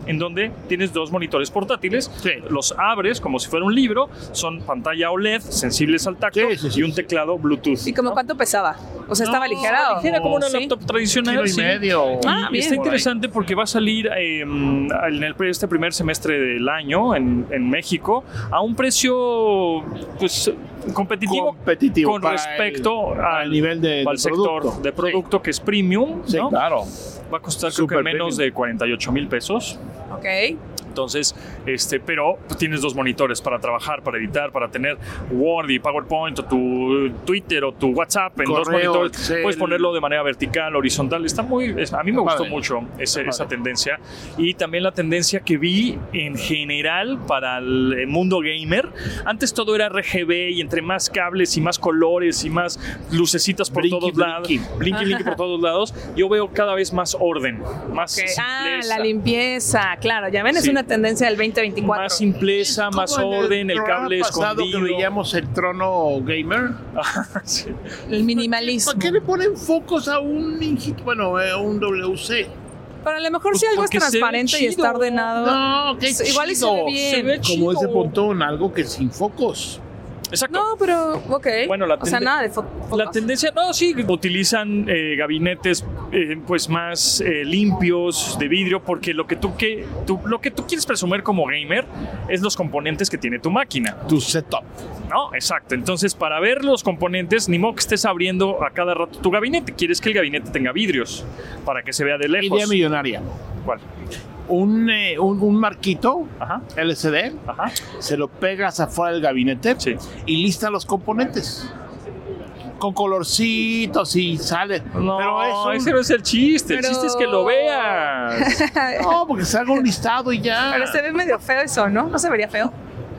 S4: En donde tienes dos monitores portátiles, los abres como si fuera un libro, son pantalla OLED, sensibles al tacto
S3: Sí, sí, sí,
S4: y un teclado Bluetooth.
S2: ¿Y como cuánto pesaba? O sea, estaba
S4: No,
S2: ligera.
S4: Ligera como una
S2: Sí.
S4: laptop tradicional.
S3: Kilo y
S4: sí.
S3: medio.
S4: Y
S2: Ah, bien.
S4: está interesante porque va a salir eh, en el, este primer semestre del año en, en México a un precio pues competitivo,
S3: competitivo
S4: con
S3: para
S4: respecto
S3: el-
S4: al,
S3: al nivel de, de
S4: al sector
S3: producto.
S4: de producto que es premium,
S3: Sí,
S4: ¿no?
S3: claro.
S4: va a costar creo que
S3: Super
S4: menos
S3: premium.
S4: de 48 mil pesos
S2: Ok.
S4: Entonces, este, pero tienes dos monitores para trabajar, para editar, para tener Word y PowerPoint o tu Twitter o tu WhatsApp en dos
S3: Correo,
S4: monitores.
S3: Excel.
S4: Puedes ponerlo de manera vertical, horizontal. Está muy, es- a mí me
S3: Está
S4: gustó
S3: padre.
S4: mucho
S3: Está
S4: ese- esa
S3: padre.
S4: tendencia y también la tendencia que vi en general para el mundo gamer. Antes todo era RGB y entre más cables y más colores y más lucecitas por
S3: Blinky,
S4: todos lados,
S3: blinky.
S4: blinky blinky por todos lados. Yo veo cada vez más orden, más
S2: Ok. Ah,
S4: simpleza.
S2: la limpieza, claro, ya ven, es
S4: Sí.
S2: una tendencia del 2024.
S4: Más simpleza,
S3: Como
S4: más
S3: en
S4: orden, el,
S3: programa
S4: cable
S3: pasado
S4: escondido.
S3: que veíamos el trono gamer.
S4: *laughs* Sí.
S2: El minimalismo.
S3: ¿Para qué le ponen focos a un Ingi- bueno, eh, a un WC?
S2: Pero a lo mejor
S4: Pues
S2: si algo es
S4: porque se ve
S2: transparente y está
S4: chido.
S2: ordenado.
S3: No, qué
S2: Sí, igual y se
S3: chido.
S2: ve bien.
S4: Se ve
S3: Como
S4: chido.
S3: ese pontón, algo que sin focos.
S4: Exacto.
S2: No, pero, ok.
S4: Bueno, la
S2: o sea,
S4: tende-
S2: nada de fo-
S4: La
S2: fotos.
S4: tendencia, no, sí, utilizan eh, gabinetes eh, pues más eh, limpios de vidrio porque lo que tú que tú, lo que tú quieres presumir como gamer es los componentes que tiene tu máquina,
S3: Tu setup.
S4: ¿no? Exacto. Entonces, para ver los componentes, ni modo que estés abriendo a cada rato tu gabinete, quieres que el gabinete tenga vidrios para que se vea de
S3: Idea
S4: lejos.
S3: millonaria.
S4: ¿Cuál?
S3: Un, eh, un, un marquito
S4: Ajá.
S3: LCD,
S4: Ajá.
S3: se lo pegas afuera del gabinete
S4: Sí.
S3: y lista los componentes. Con colorcitos y sale.
S4: No,
S3: Pero es un-
S4: ese no es el chiste.
S2: Pero-
S4: El chiste es que lo veas.
S3: No, porque se haga un listado y ya.
S2: Pero se ve medio feo eso, ¿no? No se vería feo.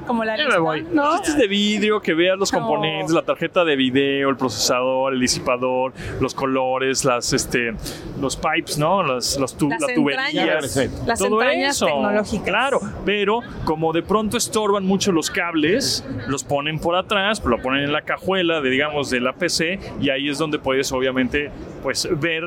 S2: Como la
S3: Ya me
S2: lista,
S3: voy.
S2: ¿no?
S4: Este es de vidrio, que veas los
S2: No.
S4: componentes, la tarjeta de video, el procesador, el disipador, los colores, las este, los pipes, ¿no? Las, las tu-
S2: Las
S4: la tubería.
S2: entrañas. Las
S4: todo
S2: entrañas
S4: eso.
S2: tecnológicas.
S4: Claro, pero como de pronto estorban mucho los cables, los ponen por atrás, lo ponen en la cajuela de digamos de la PC y ahí es donde puedes obviamente pues ver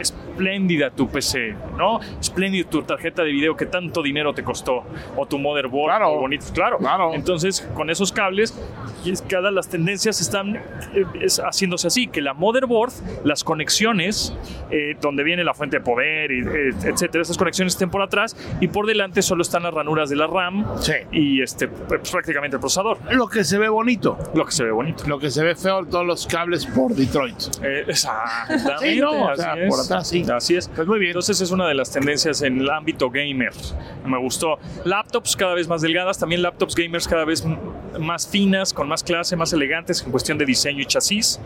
S4: espléndida tu PC, ¿no? Espléndida tu tarjeta de video que tanto dinero te costó o tu motherboard
S3: Claro.
S4: muy bonito, claro.
S3: Claro.
S4: Entonces, con esos cables, y es- cada las tendencias están eh, es haciéndose así, que la motherboard, las conexiones, eh, donde viene la fuente de poder, y, eh, etcétera, esas conexiones estén por atrás y por delante solo están las ranuras de la RAM
S3: Sí.
S4: y este, pues, prácticamente el procesador,
S3: Lo que se ve bonito.
S4: lo que se ve bonito.
S3: Lo que se ve feo, todos los cables por Detroit.
S4: Eh, exactamente,
S3: Sí, no, o
S4: así
S3: sea,
S4: es.
S3: por atrás, sí.
S4: Así es.
S3: Pues muy bien.
S4: Entonces es una de las tendencias en el ámbito gamer. Me gustó. Laptops cada vez más delgadas, también laptops gamers cada vez m- más finas, con más clase, más elegantes en cuestión de diseño y chasis.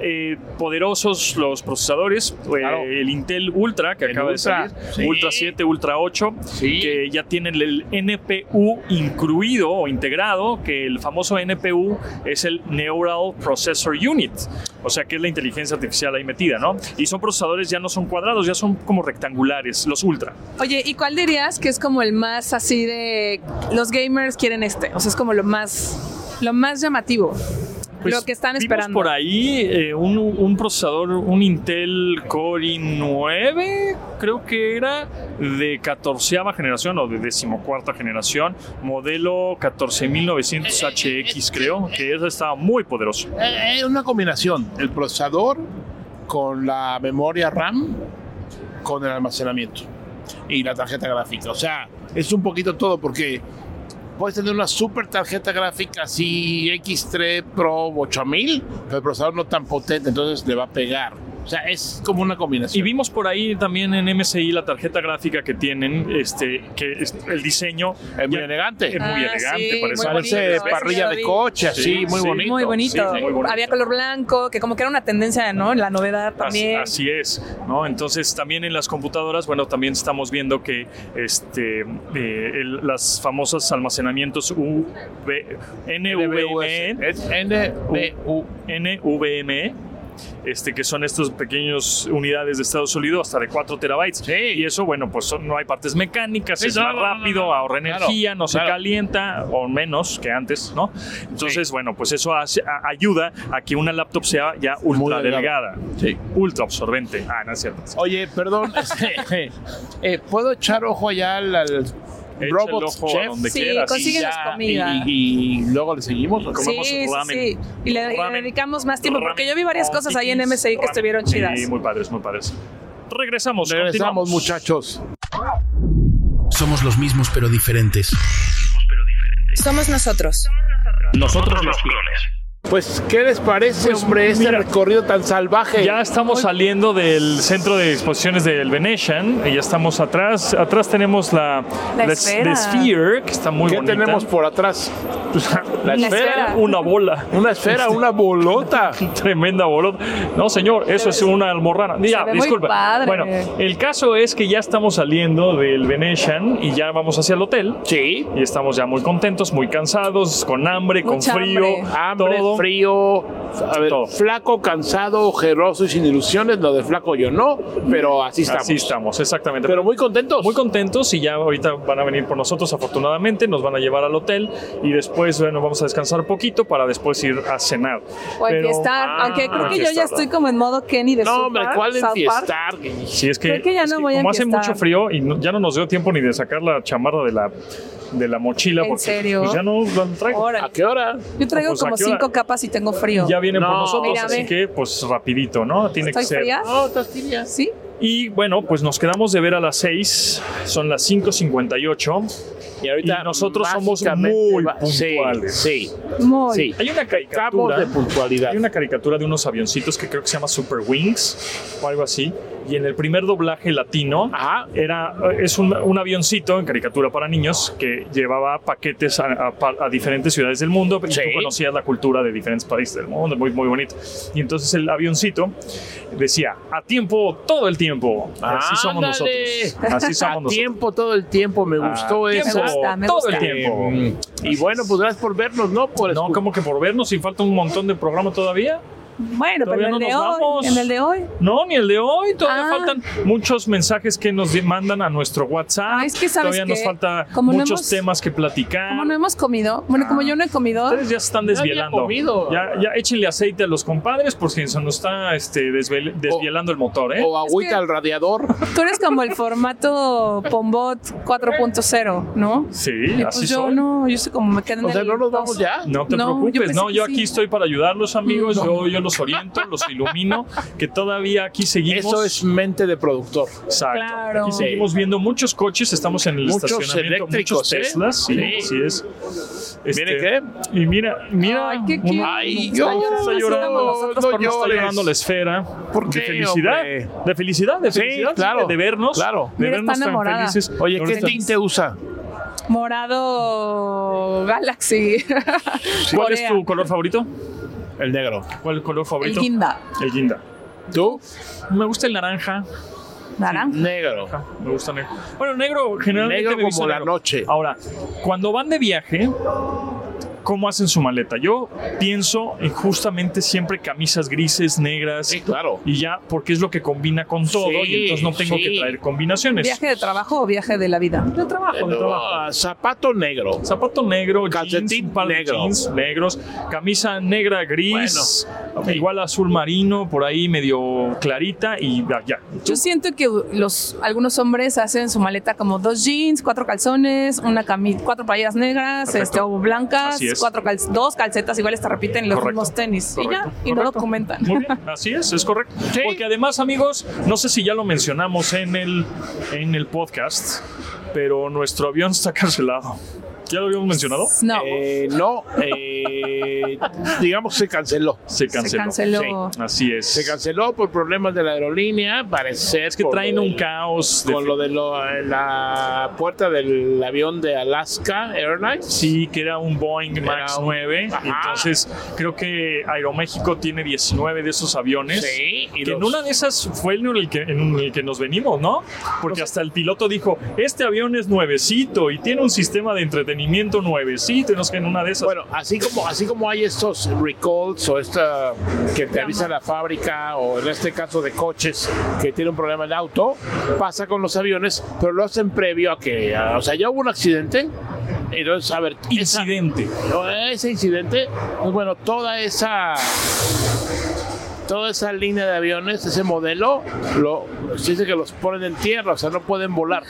S4: Eh, poderosos los procesadores, eh,
S3: Claro.
S4: el Intel Ultra que
S3: El
S4: acaba
S3: Ultra,
S4: de salir,
S3: sí.
S4: Ultra 7, Ultra 8,
S3: Sí.
S4: que ya tienen el NPU incluido o integrado, que el famoso NPU es el Neural Processor Unit, o sea que es la inteligencia artificial ahí metida, ¿no? Y son procesadores ya no son cuadrados, ya son como rectangulares, los ultra.
S2: Oye, ¿y cuál dirías que es como el más así de los gamers quieren este? O sea, es como lo más lo más llamativo.
S4: Pues,
S2: lo que están
S4: vimos
S2: esperando.
S4: por ahí eh, un, un procesador, un Intel Core i9, creo que era de 14 generación o de decimocuarta generación, modelo 14900HX, creo, que eso estaba muy poderoso.
S3: Eh, Es una combinación, el procesador con la memoria RAM, con el almacenamiento y la tarjeta gráfica. O sea, es un poquito todo porque puedes tener una super tarjeta gráfica así X3 Pro 8000, pero el procesador no tan potente, entonces le va a pegar. O sea, es como una
S4: Y
S3: combinación.
S4: vimos por ahí también en MSI la tarjeta gráfica que tienen, este, que es- el diseño
S3: es muy
S4: ya-
S3: elegante.
S4: es muy
S2: Ah,
S4: elegante,
S2: sí,
S4: parece.
S2: muy bonito,
S3: Parece
S2: ese ya
S3: parrilla
S2: lo
S3: de
S2: vi.
S3: coche, así,
S4: Sí,
S3: muy
S4: sí.
S3: bonito.
S2: Muy bonito.
S4: sí, muy bonito.
S2: Había color blanco, que como que era una tendencia, ¿no? La novedad
S4: Así,
S2: también.
S4: así es, ¿no? Entonces también en las computadoras, bueno, también estamos viendo que este, eh, el- las famosas almacenamientos UV, NVMe,
S3: Es
S4: E,
S3: NBU.
S4: NVMe, E, este, que son estos pequeños unidades de estado sólido hasta de 4 terabytes. Y eso, bueno, pues son- no hay partes mecánicas,
S3: Sí,
S4: es
S3: no,
S4: más
S3: no, no,
S4: rápido,
S3: no, no.
S4: ahorra
S3: Claro,
S4: energía, no se
S3: claro.
S4: calienta, o menos que antes, ¿no? Entonces, bueno, pues eso hace- a- ayuda a que una laptop sea ya ultra
S3: delgada.
S4: delgada,
S3: Sí.
S4: ultra absorbente. Ah, no es cierto.
S3: Oye, *laughs* perdón, este, eh, ¿puedo echar ojo allá al, al
S4: Echa
S3: Robot
S4: el ojo a
S3: Chef?
S4: donde
S2: Sí,
S4: quieras. y
S2: consigue
S4: ya
S2: las comida.
S3: Y, y luego le seguimos. ¿o qué?
S4: comemos
S2: sí,
S4: ramen.
S2: sí, sí. Y le, y le
S4: Ramen.
S2: dedicamos más tiempo porque
S4: Ramen
S2: yo vi varias
S4: con
S2: cosas ahí en
S4: titis,
S2: MSI que
S4: ramen.
S2: estuvieron chidas.
S4: Sí, muy padres, muy padres. Regresamos,
S3: Regresamos,
S4: continuamos.
S3: muchachos.
S6: Somos los mismos pero diferentes.
S1: Somos nosotros.
S7: Nosotros los clones.
S3: Pues, ¿qué les parece,
S4: Pues,
S3: hombre, este
S4: mira,
S3: recorrido tan salvaje?
S4: Ya estamos saliendo del centro de exposiciones del Venetian y ya estamos atrás. Atrás tenemos la,
S2: La
S4: la-
S2: esfera.
S4: la Sphere, que está muy
S3: ¿Qué
S4: bonita. *laughs*
S3: tenemos por atrás? La
S2: La
S3: esfera.
S2: esfera.
S4: Una
S2: *laughs*
S4: bola.
S3: Una esfera, una bolota.
S4: *laughs* Tremenda bolota. No, señor, eso es una almorrana. Ya,
S2: ve muy
S4: disculpa.
S2: padre.
S4: Bueno, el caso es que ya estamos saliendo del Venetian y ya vamos hacia el hotel.
S3: Sí.
S4: Y estamos ya muy contentos, muy cansados, con hambre,
S2: Mucha
S4: con frío.
S2: hambre.
S3: Hambre,
S4: todo.
S3: frío, a ver,
S4: Todo.
S3: flaco, cansado, ojeroso y sin ilusiones. Lo de flaco yo no, pero así estamos.
S4: Así estamos, exactamente.
S3: Pero muy contentos.
S4: muy contentos y ya ahorita van a venir por nosotros afortunadamente, nos van a llevar al hotel y después, bueno, vamos a descansar poquito para después ir a cenar.
S2: O
S4: Pero-
S2: enfiestar,
S4: Ah,
S2: Pues, aunque creo que yo ya
S4: enfiestar.
S2: estoy como en modo Kenny de
S3: no,
S2: South
S3: hombre,
S2: Park,
S3: ¿cuál
S2: South Park.
S3: enfiestar?
S4: Sí, es que,
S2: Creo que ya
S4: es
S2: no voy a
S4: como hace
S2: enfiestar.
S4: mucho frío y no- ya no nos dio tiempo ni de sacar la chamarra de la, de la mochila
S2: ¿En
S4: porque
S2: serio?
S4: pues, ya no la traigo.
S2: Órale.
S3: ¿A qué hora?
S2: Yo traigo
S4: Pues, ¿a
S2: como
S4: qué hora?
S2: cinco capas y tengo frío.
S4: Ya vienen por
S3: No.
S4: nosotros,
S2: Mira,
S4: así
S2: ve.
S4: que pues rapidito, ¿no? Tiene que
S2: ¿Estoy
S4: ser.
S2: fría?
S3: No, estás tibia.
S2: ¿Sí?
S4: Y bueno, pues nos quedamos de ver a las 6, son las 5.58.
S3: Y ahorita
S4: Y nosotros somos
S3: básicamente
S4: muy
S3: va- sí,
S4: puntuales.
S3: Sí,
S2: Muy.
S3: sí.
S4: Hay una
S3: Estamos
S4: caricatura.
S3: de puntualidad.
S4: Hay una caricatura de unos avioncitos que creo que se llama Super Wings o algo así. Y en el primer doblaje latino
S3: Ajá.
S4: era, es un, un avioncito en caricatura para niños que llevaba paquetes a, a pa- a diferentes ciudades del mundo. Y
S3: Sí.
S4: tú conocías la cultura de diferentes países del mundo, muy, muy bonito. Y entonces el avioncito decía, a tiempo, todo el tiempo. Así somos
S3: Ándale.
S4: nosotros.
S3: *laughs*
S4: Así
S3: A
S4: somos nosotros. Ah,
S3: tiempo, todo el tiempo, me
S4: A
S3: gustó eso.
S4: tiempo,
S2: gusta, me
S4: todo
S2: gusta.
S4: el tiempo.
S3: Eh, Y bueno, pues gracias por vernos, ¿no? Por
S4: No,
S3: escu-
S4: como que por vernos y falta un montón de programa todavía.
S2: Bueno, pero
S4: Todavía
S2: en el
S4: no
S2: de
S4: nos
S2: hoy.
S4: vamos.
S2: En el de hoy.
S4: No, ni el de hoy. Todavía
S2: Ah.
S4: faltan muchos mensajes que nos di- mandan a nuestro WhatsApp.
S2: Ah, es que, ¿sabes
S4: Todavía
S2: qué?
S4: nos falta
S2: Como no
S4: muchos
S2: hemos-
S4: temas que platicar.
S2: Como no hemos comido, bueno, como yo no he comido,
S4: Ustedes ya se están
S3: Ya había
S4: desvielando.
S3: comido.
S4: Ya, ya échenle aceite a los compadres por si se nos está este, desvel- desvielando el motor, ¿eh?
S3: O agüita
S2: que-
S3: al radiador.
S2: tú eres como el formato Pombot 4.0, ¿no?
S4: Sí,
S2: Y
S4: así
S2: pues yo
S4: soy.
S2: no, yo soy como me quedo en
S3: O sea,
S2: el
S3: ¿no nos
S2: dos.
S3: vamos ya?
S4: No te
S2: No, yo
S4: preocupes,
S2: pensé
S4: no,
S2: que
S4: yo
S2: sí.
S4: aquí estoy para ayudarlos, amigos.
S2: No.
S4: Yo, yo los oriento, los ilumino, que todavía aquí seguimos.
S3: Eso es mente de productor.
S4: Exacto.
S2: Claro.
S4: Aquí seguimos viendo muchos coches, estamos en el
S3: Muchos
S4: estacionamiento, muchos
S3: eléctricos, ¿eh?
S4: Teslas, sí,
S3: Sí.
S4: así es. Este,
S3: ¿Viene qué?
S4: Y mira, mira,
S2: Ay, qué
S4: un-
S2: cute.
S3: Ay,
S2: Está
S3: yo-
S2: llorando,
S4: está
S2: sí,
S4: llorando,
S2: vamos nosotros
S3: no
S2: por
S4: no está
S3: llores.
S4: llorando la esfera.
S3: ¿Por
S4: de
S3: qué,
S4: felicidad,
S3: hombre?
S4: de felicidad, de
S3: Sí,
S4: felicidad,
S3: claro,
S4: de vernos,
S3: claro.
S4: de
S2: Mira,
S4: vernos
S2: está
S4: tan
S2: enamorada.
S4: felices.
S3: Oye, ¿qué
S4: Ahorita-
S3: tinte usa?
S2: morado Galaxy.
S4: ¿Cuál es
S2: Corea.
S4: tu color favorito?
S3: El negro.
S4: ¿Cuál es el color
S2: El
S4: favorito?
S2: guinda.
S4: El guinda.
S3: ¿Tú?
S4: Me gusta el naranja.
S2: Naranja.
S3: Negro.
S4: Ah, Me gusta negro. Bueno, negro generalmente
S3: Negro
S4: me visto
S3: como la
S4: negro. Ah,
S3: noche.
S4: Ahora, cuando van de viaje, ¿cómo hacen su maleta? Yo pienso en justamente siempre camisas grises, negras.
S3: Sí, claro.
S4: Y ya, porque es lo que combina con todo
S3: Sí,
S4: y entonces no tengo
S3: sí.
S4: que traer combinaciones.
S2: ¿Viaje de trabajo o viaje de la vida?
S4: Pues, de trabajo, de trabajo.
S3: Ah, zapato negro.
S4: Zapato negro,
S3: Calcetín
S4: jeans, un par de
S3: negro.
S4: jeans negros, camisa negra gris, eh, igual azul marino, por ahí medio clarita y ya.
S2: Yo siento que los algunos hombres hacen su maleta como dos jeans, cuatro calzones, una cami cuatro playeras negras,
S4: Correcto.
S2: este, o blancas,
S4: Así es.
S2: cuatro cal- dos calcetas iguales te repiten los
S4: Correcto.
S2: mismos tenis y ya
S4: Correcto.
S2: y no
S4: Correcto.
S2: documentan.
S3: *laughs*
S4: Muy bien, así es, es correcto.
S3: Sí.
S4: Porque además, amigos, no sé si ya lo mencionamos en el, en el podcast, pero nuestro avión está cancelado. ¿Ya lo habíamos mencionado?
S2: *laughs* No,
S3: Eh, no, eh, digamos que se canceló.
S4: Se canceló.
S2: se canceló.
S4: Así es.
S3: Se canceló por problemas de la aerolínea, parecer.
S4: Es que
S3: por
S4: traen
S3: lo
S4: un
S3: del-
S4: caos. de-
S3: Con lo de lo- eh, la puerta del avión de Alaska Airlines.
S4: Sí, que era un Boeing
S3: Era
S4: Max
S3: un-
S4: 9.
S3: Ajá.
S4: Entonces, creo que Aeroméxico tiene 19 de esos aviones.
S3: Sí, y
S4: que en
S3: los-
S4: una de esas fue en el, que, en el que nos venimos, ¿no? Porque hasta el piloto dijo, este avión es nuevecito y tiene un sistema de entretenimiento nuevecito. Y no sé, en una de esas...
S3: Bueno, así como, así como hay estos recalls o esta que te avisa la fábrica o en este caso de coches que tiene un problema el auto, pasa con los aviones, pero lo hacen previo a que, a- o sea, ya hubo un accidente, entonces, a ver, esa-
S4: incidente.
S3: ese incidente, pues bueno, toda esa toda esa línea de aviones, ese modelo, lo se dice que los ponen en tierra, o sea, no pueden volar.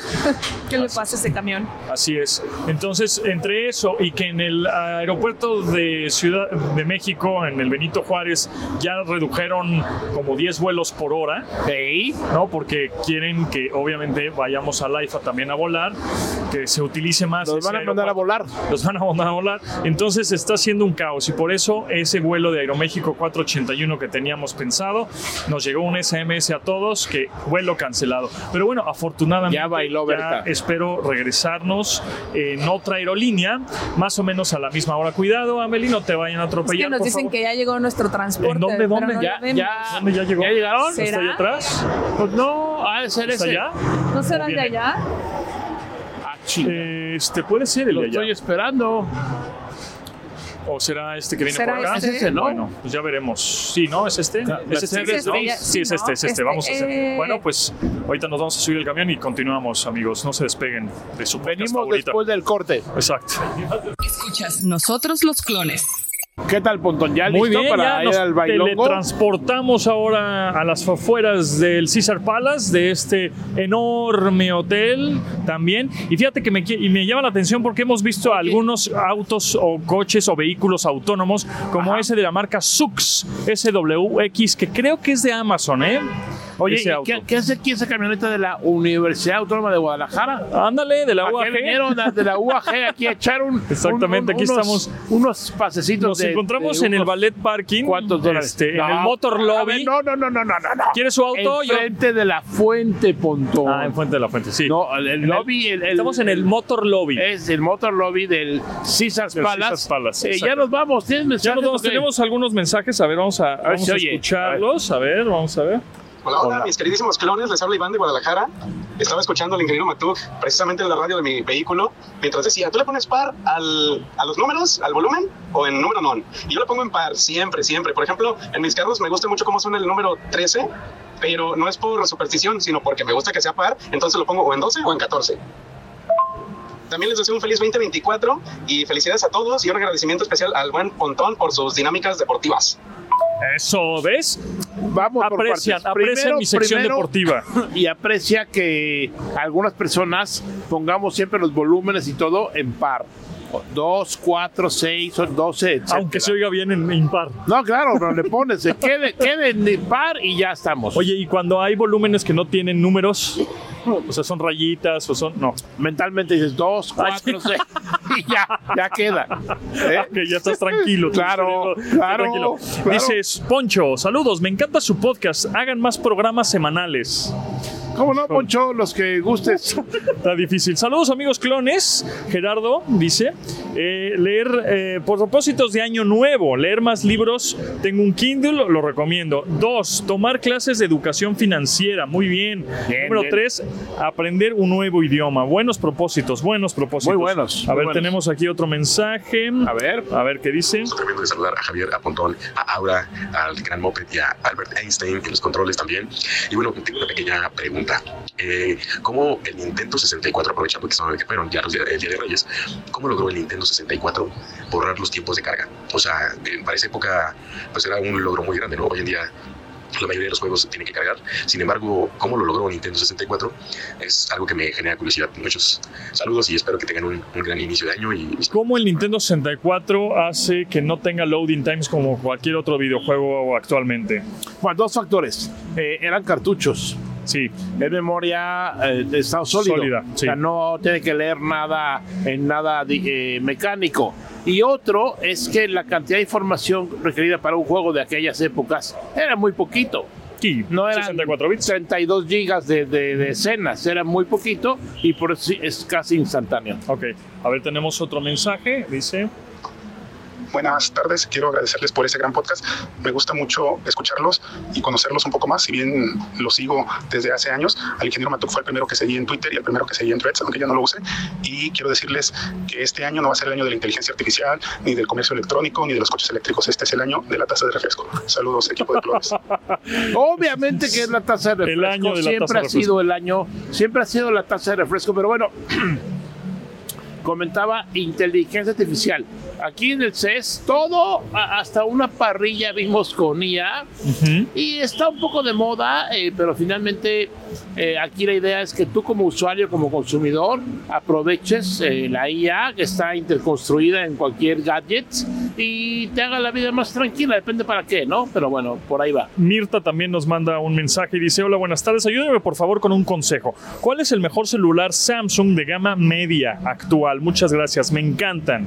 S2: ¿Qué le pasa a ese camión?
S4: Así es. Entonces, entre eso y que en el aeropuerto de Ciudad de México, en el Benito Juárez, ya redujeron como 10 vuelos por hora.
S3: Sí.
S4: ¿no? Porque quieren que obviamente vayamos al IFA también a volar. que se utilice más.
S3: Nos
S4: ese
S3: van a mandar a
S4: aeropuerto.
S3: volar.
S4: Los van a mandar a volar. Entonces está siendo un caos y por eso ese vuelo de Aeroméxico 481 que teníamos pensado, nos llegó un SMS a todos que vuelo cancelado. Pero bueno, afortunadamente
S3: Ya bailó Berta.
S4: espero regresarnos en otra aerolínea, más o menos a la misma hora. Cuidado, Ameli, no te vayan a
S2: Es
S4: atropellar.
S2: que nos
S4: por
S2: dicen
S4: favor.
S2: que ya llegó nuestro transporte.
S4: ¿En dónde,
S2: pero
S4: dónde?
S2: no lo
S3: Ya,
S2: vemos.
S3: ya,
S4: ¿Dónde ya llegó?
S3: ¿Ya llegaron?
S2: Sí.
S4: ¿Está ahí
S2: ¿Será?
S4: atrás?
S3: Pues no, ha de ser
S4: ¿Está
S3: ese.
S4: allá?
S2: ¿No serán de
S4: viene?
S2: allá?
S3: Ah, chinga.
S4: Este, puede ser el
S3: Lo
S4: de allá.
S3: estoy esperando.
S4: ¿O será este que viene
S2: ¿Será
S4: por acá?
S2: este?
S3: Es ese, ¿no?
S4: Bueno, pues ya veremos. Sí, ¿no? ¿Es este?
S3: Claro,
S4: ¿Es este?
S3: Mercedes,
S4: ¿no?
S2: ¿no?
S4: Sí, es este, es este.
S2: Este,
S4: Vamos a hacer.
S2: eh.
S4: Bueno, pues ahorita nos vamos a subir el camión y continuamos, amigos. No se despeguen de su podcast
S3: Venimos
S4: favorita.
S3: después del corte.
S4: Exacto.
S1: Escuchas Nosotros los clones.
S3: ¿Qué tal, Pontón? ¿Ya
S4: Muy
S3: listo
S4: bien,
S3: para
S4: ya
S3: ir
S4: nos
S3: al bailongo?
S4: teletransportamos ahora a las afueras del Caesar Palace, de este enorme hotel también. Y fíjate que me, qui- y me llama la atención porque hemos visto algunos autos o coches o vehículos autónomos, como ese de la marca Sux, SWX, que creo que es de Amazon, ¿eh?
S3: Oye,
S4: Ese
S3: ¿y
S4: auto.
S3: ¿qué, qué hace aquí esa camioneta de la Universidad Autónoma de Guadalajara?
S4: Ándale, de la
S3: Aquí
S4: UAG.
S3: vinieron las de la UAG aquí a echar un.
S4: Exactamente, aquí
S3: unos-
S4: estamos.
S3: Unos pasecitos.
S4: Nos
S3: de-
S4: encontramos
S3: de
S4: en el
S3: unos-
S4: ballet parking.
S3: ¿Cuántos dólares?
S4: Este, En
S3: No,
S4: el motor
S3: a
S4: lobby.
S3: ver, No, no, no, no, no, no. no.
S4: ¿Quieres su auto? Yo-
S3: Enfrente de la fuente, Pontón.
S4: Ah, en Fuente de la Fuente, sí.
S3: No, el, el
S4: el-
S3: lobby. el- el-
S4: Estamos en el motor lobby.
S3: Es el motor lobby del Caesars
S4: Del
S3: Palace.
S4: Caesars Palace,
S3: Eh, ya
S4: exacto.
S3: nos vamos. ¿Tienes
S4: Ya
S3: mensajes?
S4: nos vamos.
S3: Ok.
S4: Tenemos algunos mensajes. A ver, vamos a,
S3: ver
S4: pues, vamos
S3: si
S4: a
S3: oye.
S4: escucharlos. A ver, vamos a ver.
S7: Hola, hola,
S3: Hola.
S7: mis queridísimos clones, les habla Iván de Guadalajara. Estaba escuchando al ingeniero Matuk precisamente en la radio de mi vehículo mientras decía, tú le pones par al, a los números, al volumen o en número non. Y yo lo pongo en par, siempre, siempre. Por ejemplo, en mis carros me gusta mucho cómo suena el número 13, pero no es por superstición, sino porque me gusta que sea par, entonces lo pongo o en 12 o en 14. También les deseo un feliz 2024 y felicidades a todos y un agradecimiento especial al buen Pontón por sus dinámicas deportivas.
S4: Eso, ¿ves?
S3: Vamos por
S4: aprecian,
S3: partes.
S4: aprecian
S3: Primero-
S4: mi sección
S3: primero,
S4: deportiva.
S3: y aprecia que algunas personas pongamos siempre los volúmenes y todo en par. 2, 4, 6, 12, etc.
S4: Aunque se oiga bien en impar.
S3: No, claro, pero le pones, eh, quede, quede en par y ya estamos.
S4: Oye, y cuando hay volúmenes que no tienen números, o sea, son rayitas o son. No.
S3: mentalmente dices 2, 4, 6 y ya, ya queda. ¿Eh?
S4: Ah, Que ya estás tranquilo. tú
S3: Claro,
S4: estás
S3: claro, claro.
S4: Dices, Poncho, saludos, me encanta su podcast. Hagan más programas semanales.
S3: ¿Cómo no, Poncho? Los que gustes.
S4: Está difícil. Saludos amigos clones. Gerardo dice, eh, leer eh, por propósitos de año nuevo, leer más libros. Tengo un Kindle, lo recomiendo. Dos, tomar clases de educación financiera. Muy bien.
S3: Bien,
S4: Número
S3: bien.
S4: tres, aprender un nuevo idioma. Buenos propósitos, buenos propósitos.
S3: Muy buenos,
S4: A
S3: muy
S4: ver,
S3: buenos.
S4: tenemos aquí otro mensaje.
S3: A ver.
S4: A ver qué dice.
S8: recomiendo de saludar a Javier, a Pontón, a Aura, al Gran Moped y a Albert Einstein en los controles también. Y bueno, tengo una pequeña pregunta. Eh, ¿Cómo el Nintendo 64, aprovechando que son- que fueron ya los días- el Día de Reyes, cómo logró el Nintendo 64 borrar los tiempos de carga? O sea, en- para esa época, pues era un logro muy grande, ¿no? Hoy en día la mayoría de los juegos tienen que cargar. Sin embargo, cómo lo logró Nintendo 64 es algo que me genera curiosidad. Muchos saludos y espero que tengan un, un gran inicio de año y
S4: ¿Cómo el Nintendo 64 hace que no tenga loading times como cualquier otro videojuego actualmente?
S3: Bueno, dos factores. Eh, eran cartuchos.
S4: Sí,
S3: Es memoria eh, de estado sólido.
S4: Sólida, sí.
S3: O sea, no tiene que leer nada en nada di- eh, mecánico. Y otro es que la cantidad de información requerida para un juego de aquellas épocas era muy poquito.
S4: Sí,
S3: No eran
S4: 64 bits.
S3: 32 gigas de, de- de escenas, era muy poquito y por eso sí es casi instantáneo.
S4: Ok, a ver, tenemos otro mensaje. Dice:
S9: Buenas tardes, quiero agradecerles por ese gran podcast. Me gusta mucho escucharlos y conocerlos un poco más, si bien lo sigo desde hace años. Al ingeniero Matuk fue el primero que seguí en Twitter y el primero que seguí en Threads, aunque ya no lo use. Y quiero decirles que este año no va a ser el año de la inteligencia artificial, ni del comercio electrónico, ni de los coches eléctricos. Este es el año de la taza de refresco. Saludos, equipo de clones.
S3: Obviamente que es la tasa de refresco,
S4: El año de la
S3: siempre
S4: taza de
S3: ha
S4: refresco.
S3: sido el año, siempre ha sido la tasa de refresco, pero bueno, *clears throat* comentaba inteligencia artificial. Aquí en el CES todo, a- hasta una parrilla vimos con IA y está un poco de moda, eh, pero finalmente eh, aquí la idea es que tú como usuario, como consumidor, aproveches eh, la IA que está interconstruida en cualquier gadget y te haga la vida más tranquila, depende para qué, ¿no? Pero bueno, por ahí va.
S4: Mirta también nos manda un mensaje y dice, hola, buenas tardes, ayúdame por favor con un consejo. ¿Cuál es el mejor celular Samsung de gama media actual? Muchas gracias, me encantan.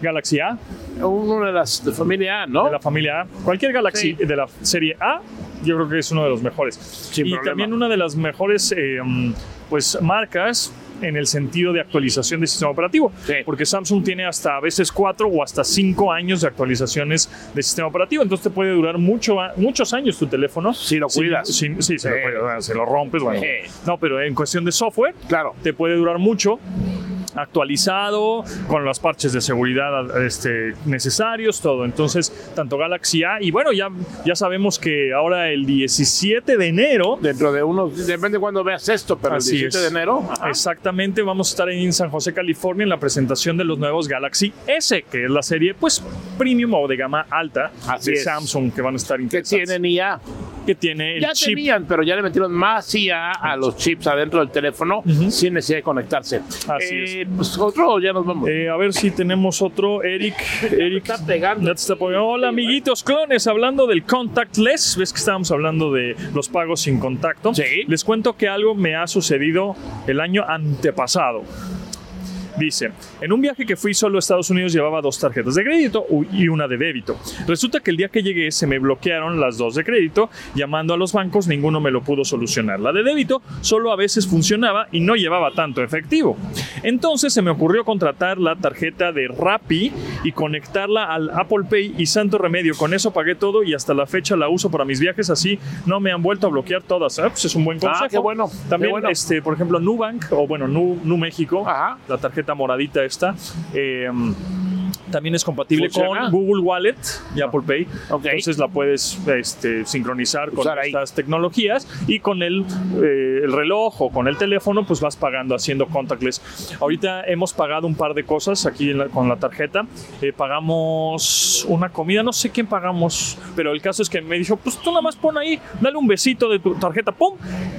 S4: Galaxy A,
S3: Uno de las de familia A, ¿no?
S4: de la familia A. Cualquier Galaxy
S3: Sí.
S4: de la serie A, yo creo que es uno de los mejores. y
S3: problema.
S4: también una de las mejores eh, mm, pues, marcas en el sentido de actualización de sistema operativo.
S3: Sí.
S4: Porque Samsung tiene hasta a veces cuatro o hasta cinco años de actualizaciones de sistema operativo. Entonces te puede durar mucho, a- muchos años tu teléfono.
S3: Si lo
S4: Sin-
S3: cuidas.
S4: sin- sí, se lo
S3: Sí.
S4: cuidas, bueno, se lo rompes. Bueno.
S3: Sí.
S4: No, pero en cuestión de software,
S3: Claro.
S4: te puede durar mucho actualizado con los parches de seguridad este, necesarios todo entonces tanto Galaxy A y bueno ya, ya sabemos que ahora el 17 de enero
S3: Dentro de unos, depende de cuándo veas esto, pero
S4: Así
S3: el 17
S4: es.
S3: de enero. eh, ajá.
S4: Exactamente, vamos a estar en San José, California, en la presentación de los nuevos Galaxy S, que es la serie pues premium o de gama alta
S3: Así
S4: de
S3: es.
S4: Samsung que van a estar
S3: Que
S4: interesantes.
S3: tienen IA.
S4: que tiene el
S3: ya
S4: chip
S3: tenían, pero ya le metieron más IA a los chips adentro del teléfono sin necesidad de conectarse.
S4: Así
S3: Eh, Pues otro, ya nos vamos.
S4: Eh, a ver si tenemos otro. Eric. Eric
S3: está pegando.
S4: ya te está poniendo. Hola, amiguitos clones. Hablando del contactless. Ves que estábamos hablando de los pagos sin contacto.
S3: Sí.
S4: Les cuento que algo me ha sucedido el año antepasado. Dice, en un viaje que fui solo a Estados Unidos llevaba dos tarjetas de crédito u- y una de débito. Resulta que el día que llegué se me bloquearon las dos de crédito, llamando a los bancos ninguno me lo pudo solucionar. La de débito solo a veces funcionaba y no llevaba tanto efectivo. Entonces se me ocurrió contratar la tarjeta de Rappi y conectarla al Apple Pay y santo remedio, con eso pagué todo y hasta la fecha la uso para mis viajes, así no me han vuelto a bloquear todas. Ah, pues es un buen
S3: Ah,
S4: consejo.
S3: qué bueno, qué
S4: También
S3: bueno.
S4: este, por ejemplo, Nubank o bueno, Nu, Nu México,
S3: Ajá.
S4: la tarjeta moradita esta, eh, también es compatible
S3: ¿Funciona?
S4: con Google Wallet y Apple Pay.
S3: Ok.
S4: Entonces la puedes este, sincronizar con
S3: Usar ahí.
S4: estas tecnologías y con el, eh, el reloj o con el teléfono, pues vas pagando haciendo contactless. Ahorita hemos pagado un par de cosas aquí en la- con la tarjeta. Eh, pagamos una comida, no sé quién pagamos, pero el caso es que me dijo, pues tú nada más pon ahí, dale un besito de tu tarjeta, pum,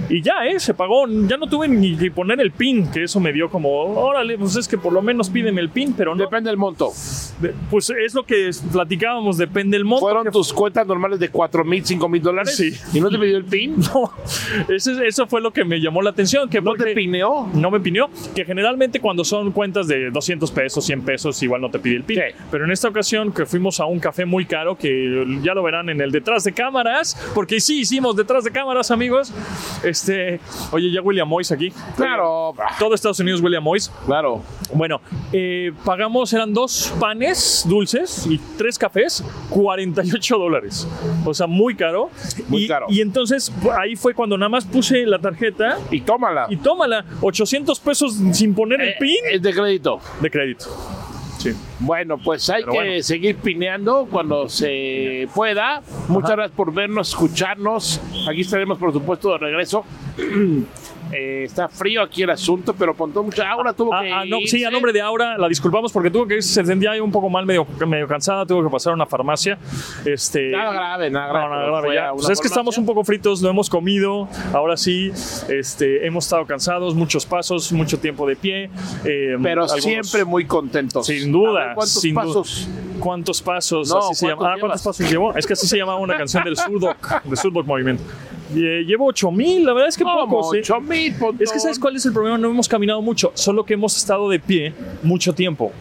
S4: y ya, ¿eh? Se pagó. Ya no tuve ni que poner el PIN, que eso me dio como, órale, pues es que por lo menos pídeme el PIN, pero no.
S3: Depende del monto.
S4: De- Pues es lo que platicábamos, depende del monto.
S3: Fueron tus cuentas normales de 4 mil, 5 mil dólares.
S4: Sí.
S3: Y no te pidió el PIN.
S4: *laughs* No, ese- eso fue lo que me llamó la atención. Que
S3: No te
S4: porque-
S3: pineó.
S4: No me pidió, que generalmente cuando son cuentas de 200 pesos, 100 pesos, igual no te pide el PIN.
S3: Sí.
S4: Pero en esta ocasión que fuimos a un café muy caro, que ya lo verán en el detrás de cámaras, porque sí hicimos detrás de cámaras, amigos. Este, oye, ya William Moyes aquí.
S3: Claro. ah,
S4: Todo Estados Unidos huele a Mois.
S3: Claro.
S4: Bueno, eh, pagamos, eran dos panes dulces y tres cafés, 48 dólares. O sea, muy caro.
S3: Muy
S4: y,
S3: caro.
S4: Y entonces ahí fue cuando nada más puse la tarjeta
S3: Y tómala.
S4: y tómala, 800 pesos sin poner el
S3: Eh,
S4: PIN
S3: Es de crédito.
S4: de crédito. Sí.
S3: Bueno, pues hay
S4: Pero
S3: que
S4: bueno.
S3: seguir pineando cuando se pueda. Muchas gracias por vernos, escucharnos. Aquí estaremos, por supuesto, de regreso. *clears throat* Eh, está frío aquí el asunto, pero con todo mucha aura tuvo
S4: Ah,
S3: que.
S4: ah, no, sí,
S3: irse.
S4: a nombre de Aura la disculpamos porque tuvo que irse, se sentía ahí un poco mal, medio, medio cansada, tuvo que pasar a una farmacia. Este,
S3: Nada grave, nada
S4: No,
S3: grave.
S4: no,
S3: pero
S4: claro,
S3: fue
S4: ya.
S3: a una
S4: Pues es que estamos
S3: farmacia.
S4: un poco fritos, no hemos comido, ahora sí, este, hemos estado cansados, muchos pasos, mucho tiempo de pie. eh,
S3: Pero
S4: algunos-
S3: siempre muy contentos.
S4: Sin duda.
S3: A ver, ¿Cuántos
S4: sin du-
S3: pasos?
S4: ¿Cuántos pasos?
S3: No,
S4: así se
S3: ¿cuántos
S4: llama. Ah, ¿cuántos pasos llevó? Es que así se llamaba una canción del Surdoc, del Surdoc Movement. Y, eh, llevo 8000, la verdad es que
S3: Como
S4: poco. sí.
S3: 8000,
S4: Es que ¿sabes cuál es el problema? No hemos caminado mucho, solo que hemos estado de pie mucho tiempo.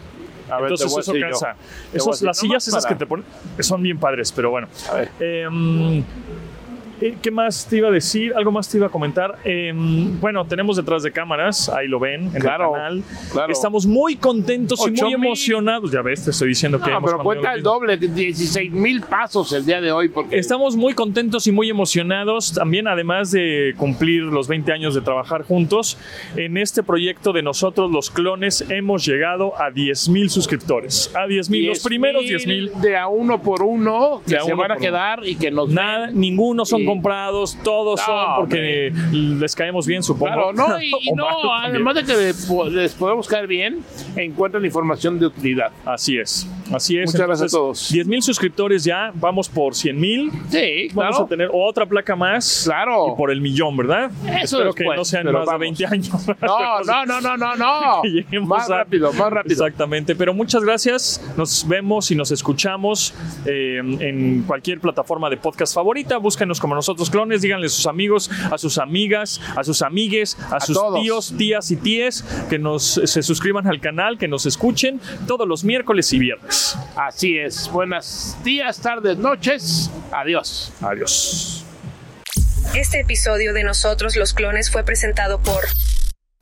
S3: A ver, te
S4: Entonces
S3: voy a
S4: eso
S3: decir yo.
S4: cansa.
S3: Te
S4: Esos-
S3: voy a decir,
S4: las sillas
S3: nomás
S4: esas
S3: para-
S4: que te ponen eh, son bien padres, pero bueno.
S3: A ver.
S4: Em, eh, ¿Qué más te iba a decir? Algo más te iba a comentar. Em, bueno, tenemos detrás de cámaras, ahí lo ven en
S3: Claro,
S4: el canal.
S3: claro.
S4: Estamos muy contentos y
S3: Ocho
S4: muy
S3: mil.
S4: emocionados. Ya ves, te estoy diciendo que
S3: No,
S4: hemos
S3: pero
S4: caminado
S3: cuenta
S4: lo
S3: el
S4: mismo.
S3: doble, 16 mil pasos el día de hoy. Porque
S4: Estamos muy contentos y muy emocionados también, además de cumplir los 20 años de trabajar juntos, en este proyecto de nosotros los clones hemos llegado a 10.000 suscriptores. A 10.000, los
S3: 10,000
S4: primeros 10.000.
S3: De a uno por uno, que
S4: De a
S3: se
S4: uno
S3: van a
S4: por uno.
S3: quedar y que nos.
S4: Nada, ninguno son
S3: Y-
S4: comprados, todos
S3: No,
S4: son porque les caemos bien, supongo.
S3: Claro, no,
S4: *laughs*
S3: y, *laughs* y
S4: O mal
S3: no,
S4: también.
S3: además de que le po- les podemos caer bien, encuentran información de utilidad.
S4: Así es. Así es.
S3: Muchas gracias a todos.
S4: 10 mil suscriptores ya, vamos por 100 mil.
S3: Sí,
S4: Vamos
S3: claro.
S4: a tener otra placa más.
S3: Claro.
S4: Y por el millón, ¿verdad?
S3: Eso
S4: Espero
S3: después,
S4: que no sean
S3: pero
S4: más
S3: vamos.
S4: de 20 años. *laughs*
S3: No, no, no, no, no, no.
S4: Que lleguemos
S3: Más
S4: a-
S3: rápido, más rápido.
S4: Exactamente. Pero muchas gracias. Nos vemos y nos escuchamos eh, en cualquier plataforma de podcast favorita. Búsquenos como nosotros clones. Díganle a sus amigos, a sus amigas, a sus amigues, a, sus
S3: todos.
S4: tíos, tías y tíes que nos se suscriban al canal, que nos escuchen todos los miércoles y viernes.
S3: Así es. Buenas días, tardes, noches. Adiós.
S4: Adiós.
S1: Este episodio de Nosotros los Clones fue presentado por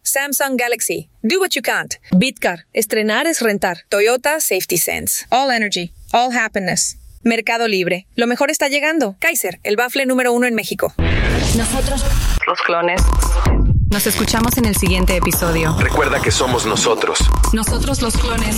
S1: Samsung Galaxy. Do what you can't. Bitcar. Estrenar es rentar. Toyota Safety Sense. All Energy. All Happiness. Mercado Libre. Lo mejor está llegando. Kaiser, el bafle número uno en México.
S10: Nosotros, los clones, nos escuchamos en el siguiente episodio.
S6: Recuerda que somos nosotros.
S10: Nosotros los clones.